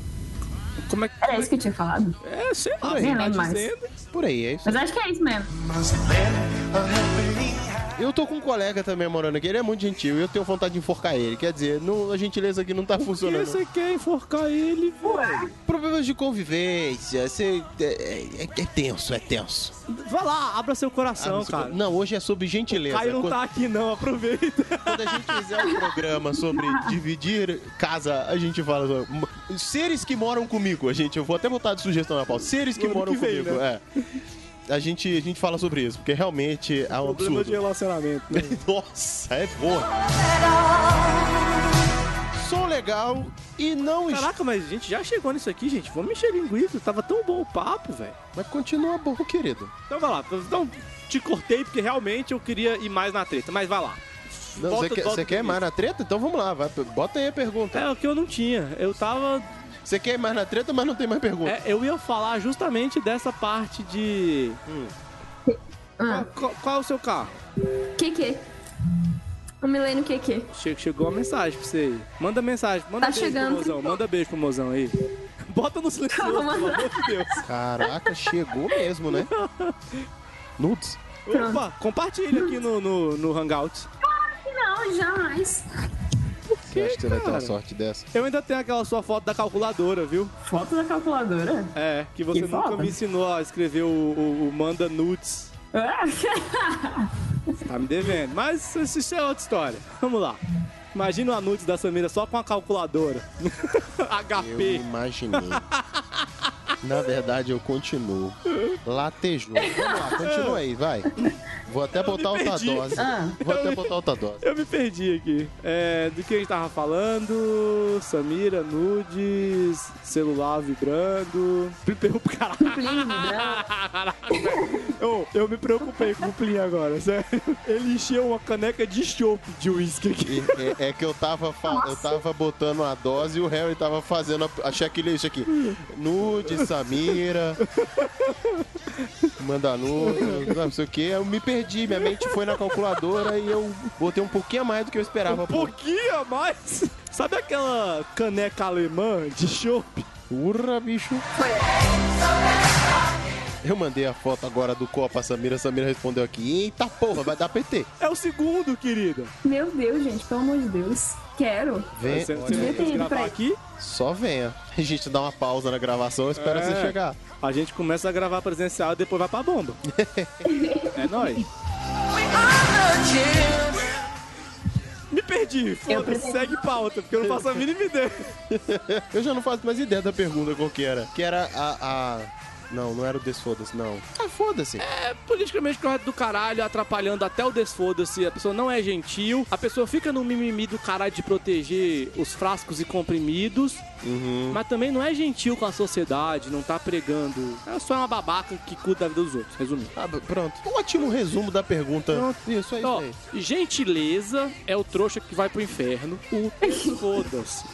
Como é que. Era isso que eu tinha falado? É, sei lá, Por aí. você tá Nem mais. dizendo. Por aí, é isso. Mas acho que é isso mesmo. Eu tô com um colega também morando aqui, ele é muito gentil e eu tenho vontade de enforcar ele. Quer dizer, não- a gentileza aqui não tá Por que funcionando. você quer enforcar ele, velho? Problemas de convivência, você. É, é- é tenso, é tenso. Vai lá, abra seu Ah, coração, não sei cara. como- Não, hoje é sobre gentileza. Caio não quando, É tá aqui, não, aproveita. quando a gente fizer um programa sobre dividir casa, a gente fala. sobre- "M- Seres que moram comigo, a gente. Eu vou até botar de sugestão na pauta. Seres que Ano moram que vem, né? comigo, é. A gente, a gente fala sobre isso, porque realmente é um Problema de absurdo. relacionamento, né? Nossa, é boa. Som legal e não es- Caraca, mas a gente já chegou nisso aqui, gente. Vamos mexer linguiça. Tava tão bom o papo, velho. Mas continua bom, querido. Então vai lá. Então, te cortei porque realmente eu queria ir mais na treta. Mas vai lá. Não, Volta- você quer, volta você do quer início. mais na treta? Então vamos lá, vai, bota aí a pergunta. É o que eu não tinha. Eu tava. Você quer mais na treta, mas não tem mais pergunta. é, eu ia falar justamente dessa parte de. hum, Ah, Qual, qual é o seu carro? que que? O Milênio que que? Che- Chegou uma mensagem pra você aí. Manda mensagem. Manda Tá beijo chegando. pro mozão. Manda beijo pro mozão aí. Bota no silêncio, pelo Calma. amor de Deus. Caraca, chegou mesmo, né? Nudes. Opa, compartilha aqui no, no, no Hangout. Não, jamais. Você acha que você vai ter uma cara? sorte dessa? Eu ainda tenho aquela sua foto da calculadora, viu? Foto da calculadora? É, que você Que nunca foda. me ensinou a escrever o, o- o Manda Nudes. É? Tá me devendo. Mas isso isso é outra história. Vamos lá. Imagina uma nudes da Samira só com a calculadora. Eu HP. imaginei. Na verdade, eu continuo. Latejou. Vamos lá, continua aí, vai. Vou até me botar outra perdi. dose. Ah. Vou Eu até me- botar outra dose. Eu me perdi aqui. É, do que a gente tava falando? Samira, nudes, celular vibrando. Me preocupo, caralho. Plim, né? Eu, eu me preocupei com o Plin agora, sério. Ele encheu uma caneca de chope de uísque aqui. E- É, é que eu tava, fa- eu tava botando a dose e o Harry tava fazendo a, a checklist aqui. Nude, Samira, manda nude, não sei o que. Eu me perdi, minha mente foi na calculadora e eu botei um pouquinho a mais do que eu esperava. Um pouquinho a mais. Sabe aquela caneca alemã de chope? Urra, bicho. Eu mandei a foto agora do Copa Samira, a Samira respondeu aqui, eita porra, vai dar PT. É o segundo, querida. Meu Deus, gente, pelo amor de Deus. Quero. Vem, Você, É, olha você aí. não quis gravar aqui? só venha. A gente dá uma pausa na gravação, espera É. você chegar. A gente começa a gravar presencial e depois vai pra bomba. é nóis. Me perdi, foda-se, pretendo- segue pauta, porque eu não faço a mínima ideia. Eu já não faço mais ideia da pergunta qual que era. Que era a. a- Não, não era o desfoda-se, não. Ah, foda-se. É politicamente correto do caralho, atrapalhando até o desfoda-se, a pessoa não é gentil, a pessoa fica no mimimi do caralho de proteger os frascos e comprimidos, Uhum. mas também não é gentil com a sociedade, não tá pregando. É só uma babaca que cuida da vida dos outros, resumindo. Ah, b- pronto. Um ótimo resumo da pergunta. Isso, é isso Ó, aí. gentileza é o trouxa que vai pro inferno. O foda-se.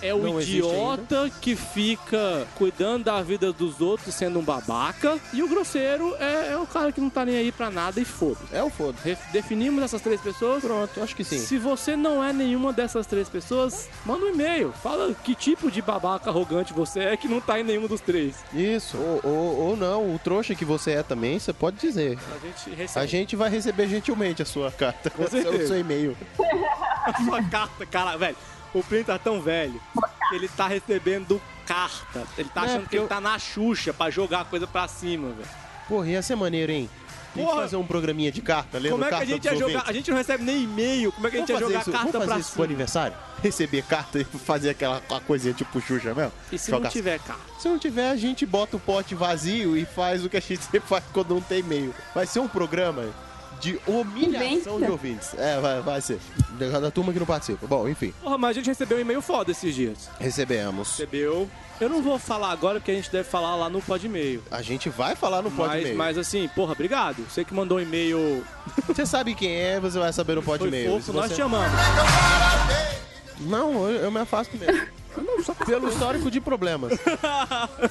É o Não existe idiota que fica cuidando da vida dos outros sendo um babaca. E o grosseiro é, é o cara que não tá nem aí pra nada e foda-se. É o foda. Re- Definimos essas três pessoas. Pronto, acho que sim. Se você não é nenhuma dessas três pessoas, manda um e-mail. Fala que tipo de babaca arrogante você é que não tá em nenhum dos três. Isso. Ou, ou, ou não, o trouxa que você é também, você pode dizer. A gente A recebe gente vai receber gentilmente a sua carta. Com o seu- certeza. O seu e-mail. a sua carta, cara, velho. O Plin tá tão velho que ele tá recebendo carta. Ele tá Não, achando porque que ele eu- tá na Xuxa pra jogar a coisa pra cima, velho. Porra, ia ser maneiro, hein? Tem que Porra. fazer um programinha de carta, lendo Como é que carta a gente pros ia jogar? ouvintes. A gente não recebe nem e-mail. Como é que a gente ia Vamos jogar fazer isso- carta vamos fazer pra isso pro cima? aniversário? Receber carta e fazer aquela aquela coisinha tipo Xuxa mesmo? E se Jogar- não tiver carta? Se não tiver, a gente bota o pote vazio e faz o que a gente sempre faz quando não tem e-mail. Vai ser um programa de humilhação de ouvintes. É, vai, vai ser. Da da turma que não participa. Bom, enfim. Porra, mas a gente recebeu um e-mail foda esses dias. Recebemos. Recebeu. Eu não vou falar agora porque a gente deve falar lá no pod e-mail. A gente vai falar no pod mas, e-mail. mas assim, porra, obrigado. Você que mandou um e-mail. Você sabe quem é, você vai saber no pod Foi e-mail. fofo, Se nós você- te amamos. Não, eu, eu me afasto mesmo. Não, só Pelo histórico de problemas.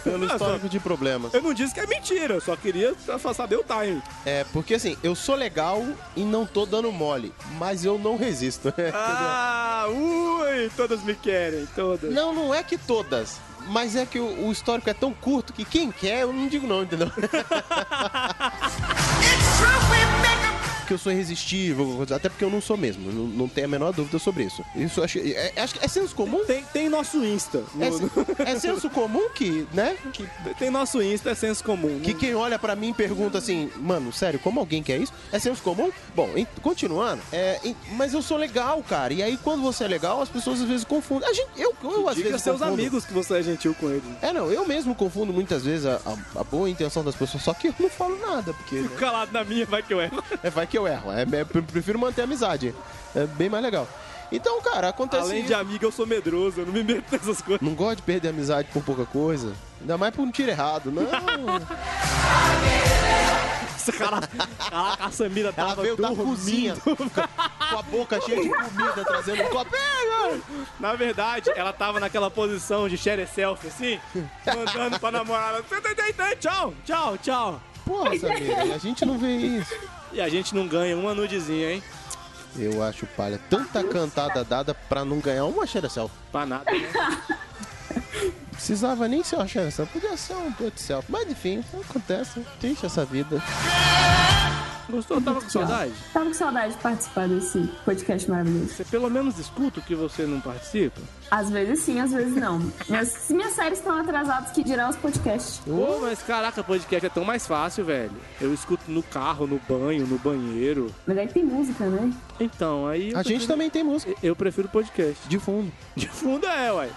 Pelo histórico de problemas. Eu não disse que é mentira, só queria só saber o time. É, porque assim, eu sou legal e não tô dando mole, mas eu não resisto. Ah, ui, todas me querem, todas. Não, não é que todas. Mas é que o, o histórico é tão curto que quem quer, eu não digo não, entendeu? que eu sou irresistível, alguma coisa, até porque eu não sou mesmo, não, não tenho a menor dúvida sobre isso. Isso eu acho, é, é- acho que é senso comum? Tem, tem nosso Insta. É, No- é senso comum que, né? Que, tem nosso Insta, é senso comum. Que quem olha pra mim pergunta assim, mano, sério, como alguém quer isso? É senso comum? Bom, em- continuando, é, em- mas eu sou legal, cara. E aí quando você é legal, as pessoas às vezes confundem. A gente, eu, eu às Diga vezes aos seus confundo. amigos que você é gentil com eles. É, não, eu mesmo confundo muitas vezes a, a- a boa intenção das pessoas, só que eu não falo nada, porque. né? Calado na minha, vai que eu erro. É, vai que eu erro. É, é, eu prefiro manter a amizade. É bem mais legal. Então, cara, acontece. Além isso. de amigo, eu sou medroso, eu não me meto nessas coisas. Não gosto de perder amizade por pouca coisa. Ainda mais por um tiro errado. Não. Essa cara. Caraca, a Samira tava Ela veio da cozinha. Com a boca cheia de comida, trazendo um copo. Na verdade, ela tava naquela posição de share self, assim, mandando pra namorada. "Tã, tã, tã, tã, Tchau, tchau, tchau. Porra, Samira, a gente não vê isso. E a gente não ganha uma nudezinha, hein? Eu acho palha. Tanta cantada dada pra não ganhar uma xerecel. Pra nada, né? Precisava nem ser uma xerecel. Podia ser um pôr de céu. Mas enfim, acontece. Triste essa vida. Gostou? Tava com saudade? Tava com saudade de participar desse podcast maravilhoso. Você pelo menos escuta o que você não participa? Às vezes sim, às vezes não. Mas se minhas séries estão atrasadas, que dirá os podcasts. Pô, mas caraca, podcast é tão mais fácil, velho. Eu escuto no carro, no banho, no banheiro. Mas é que tem música, né? Então, aí. eu A gente prefiro- também tem música. Eu prefiro podcast. De fundo. De fundo é, ué.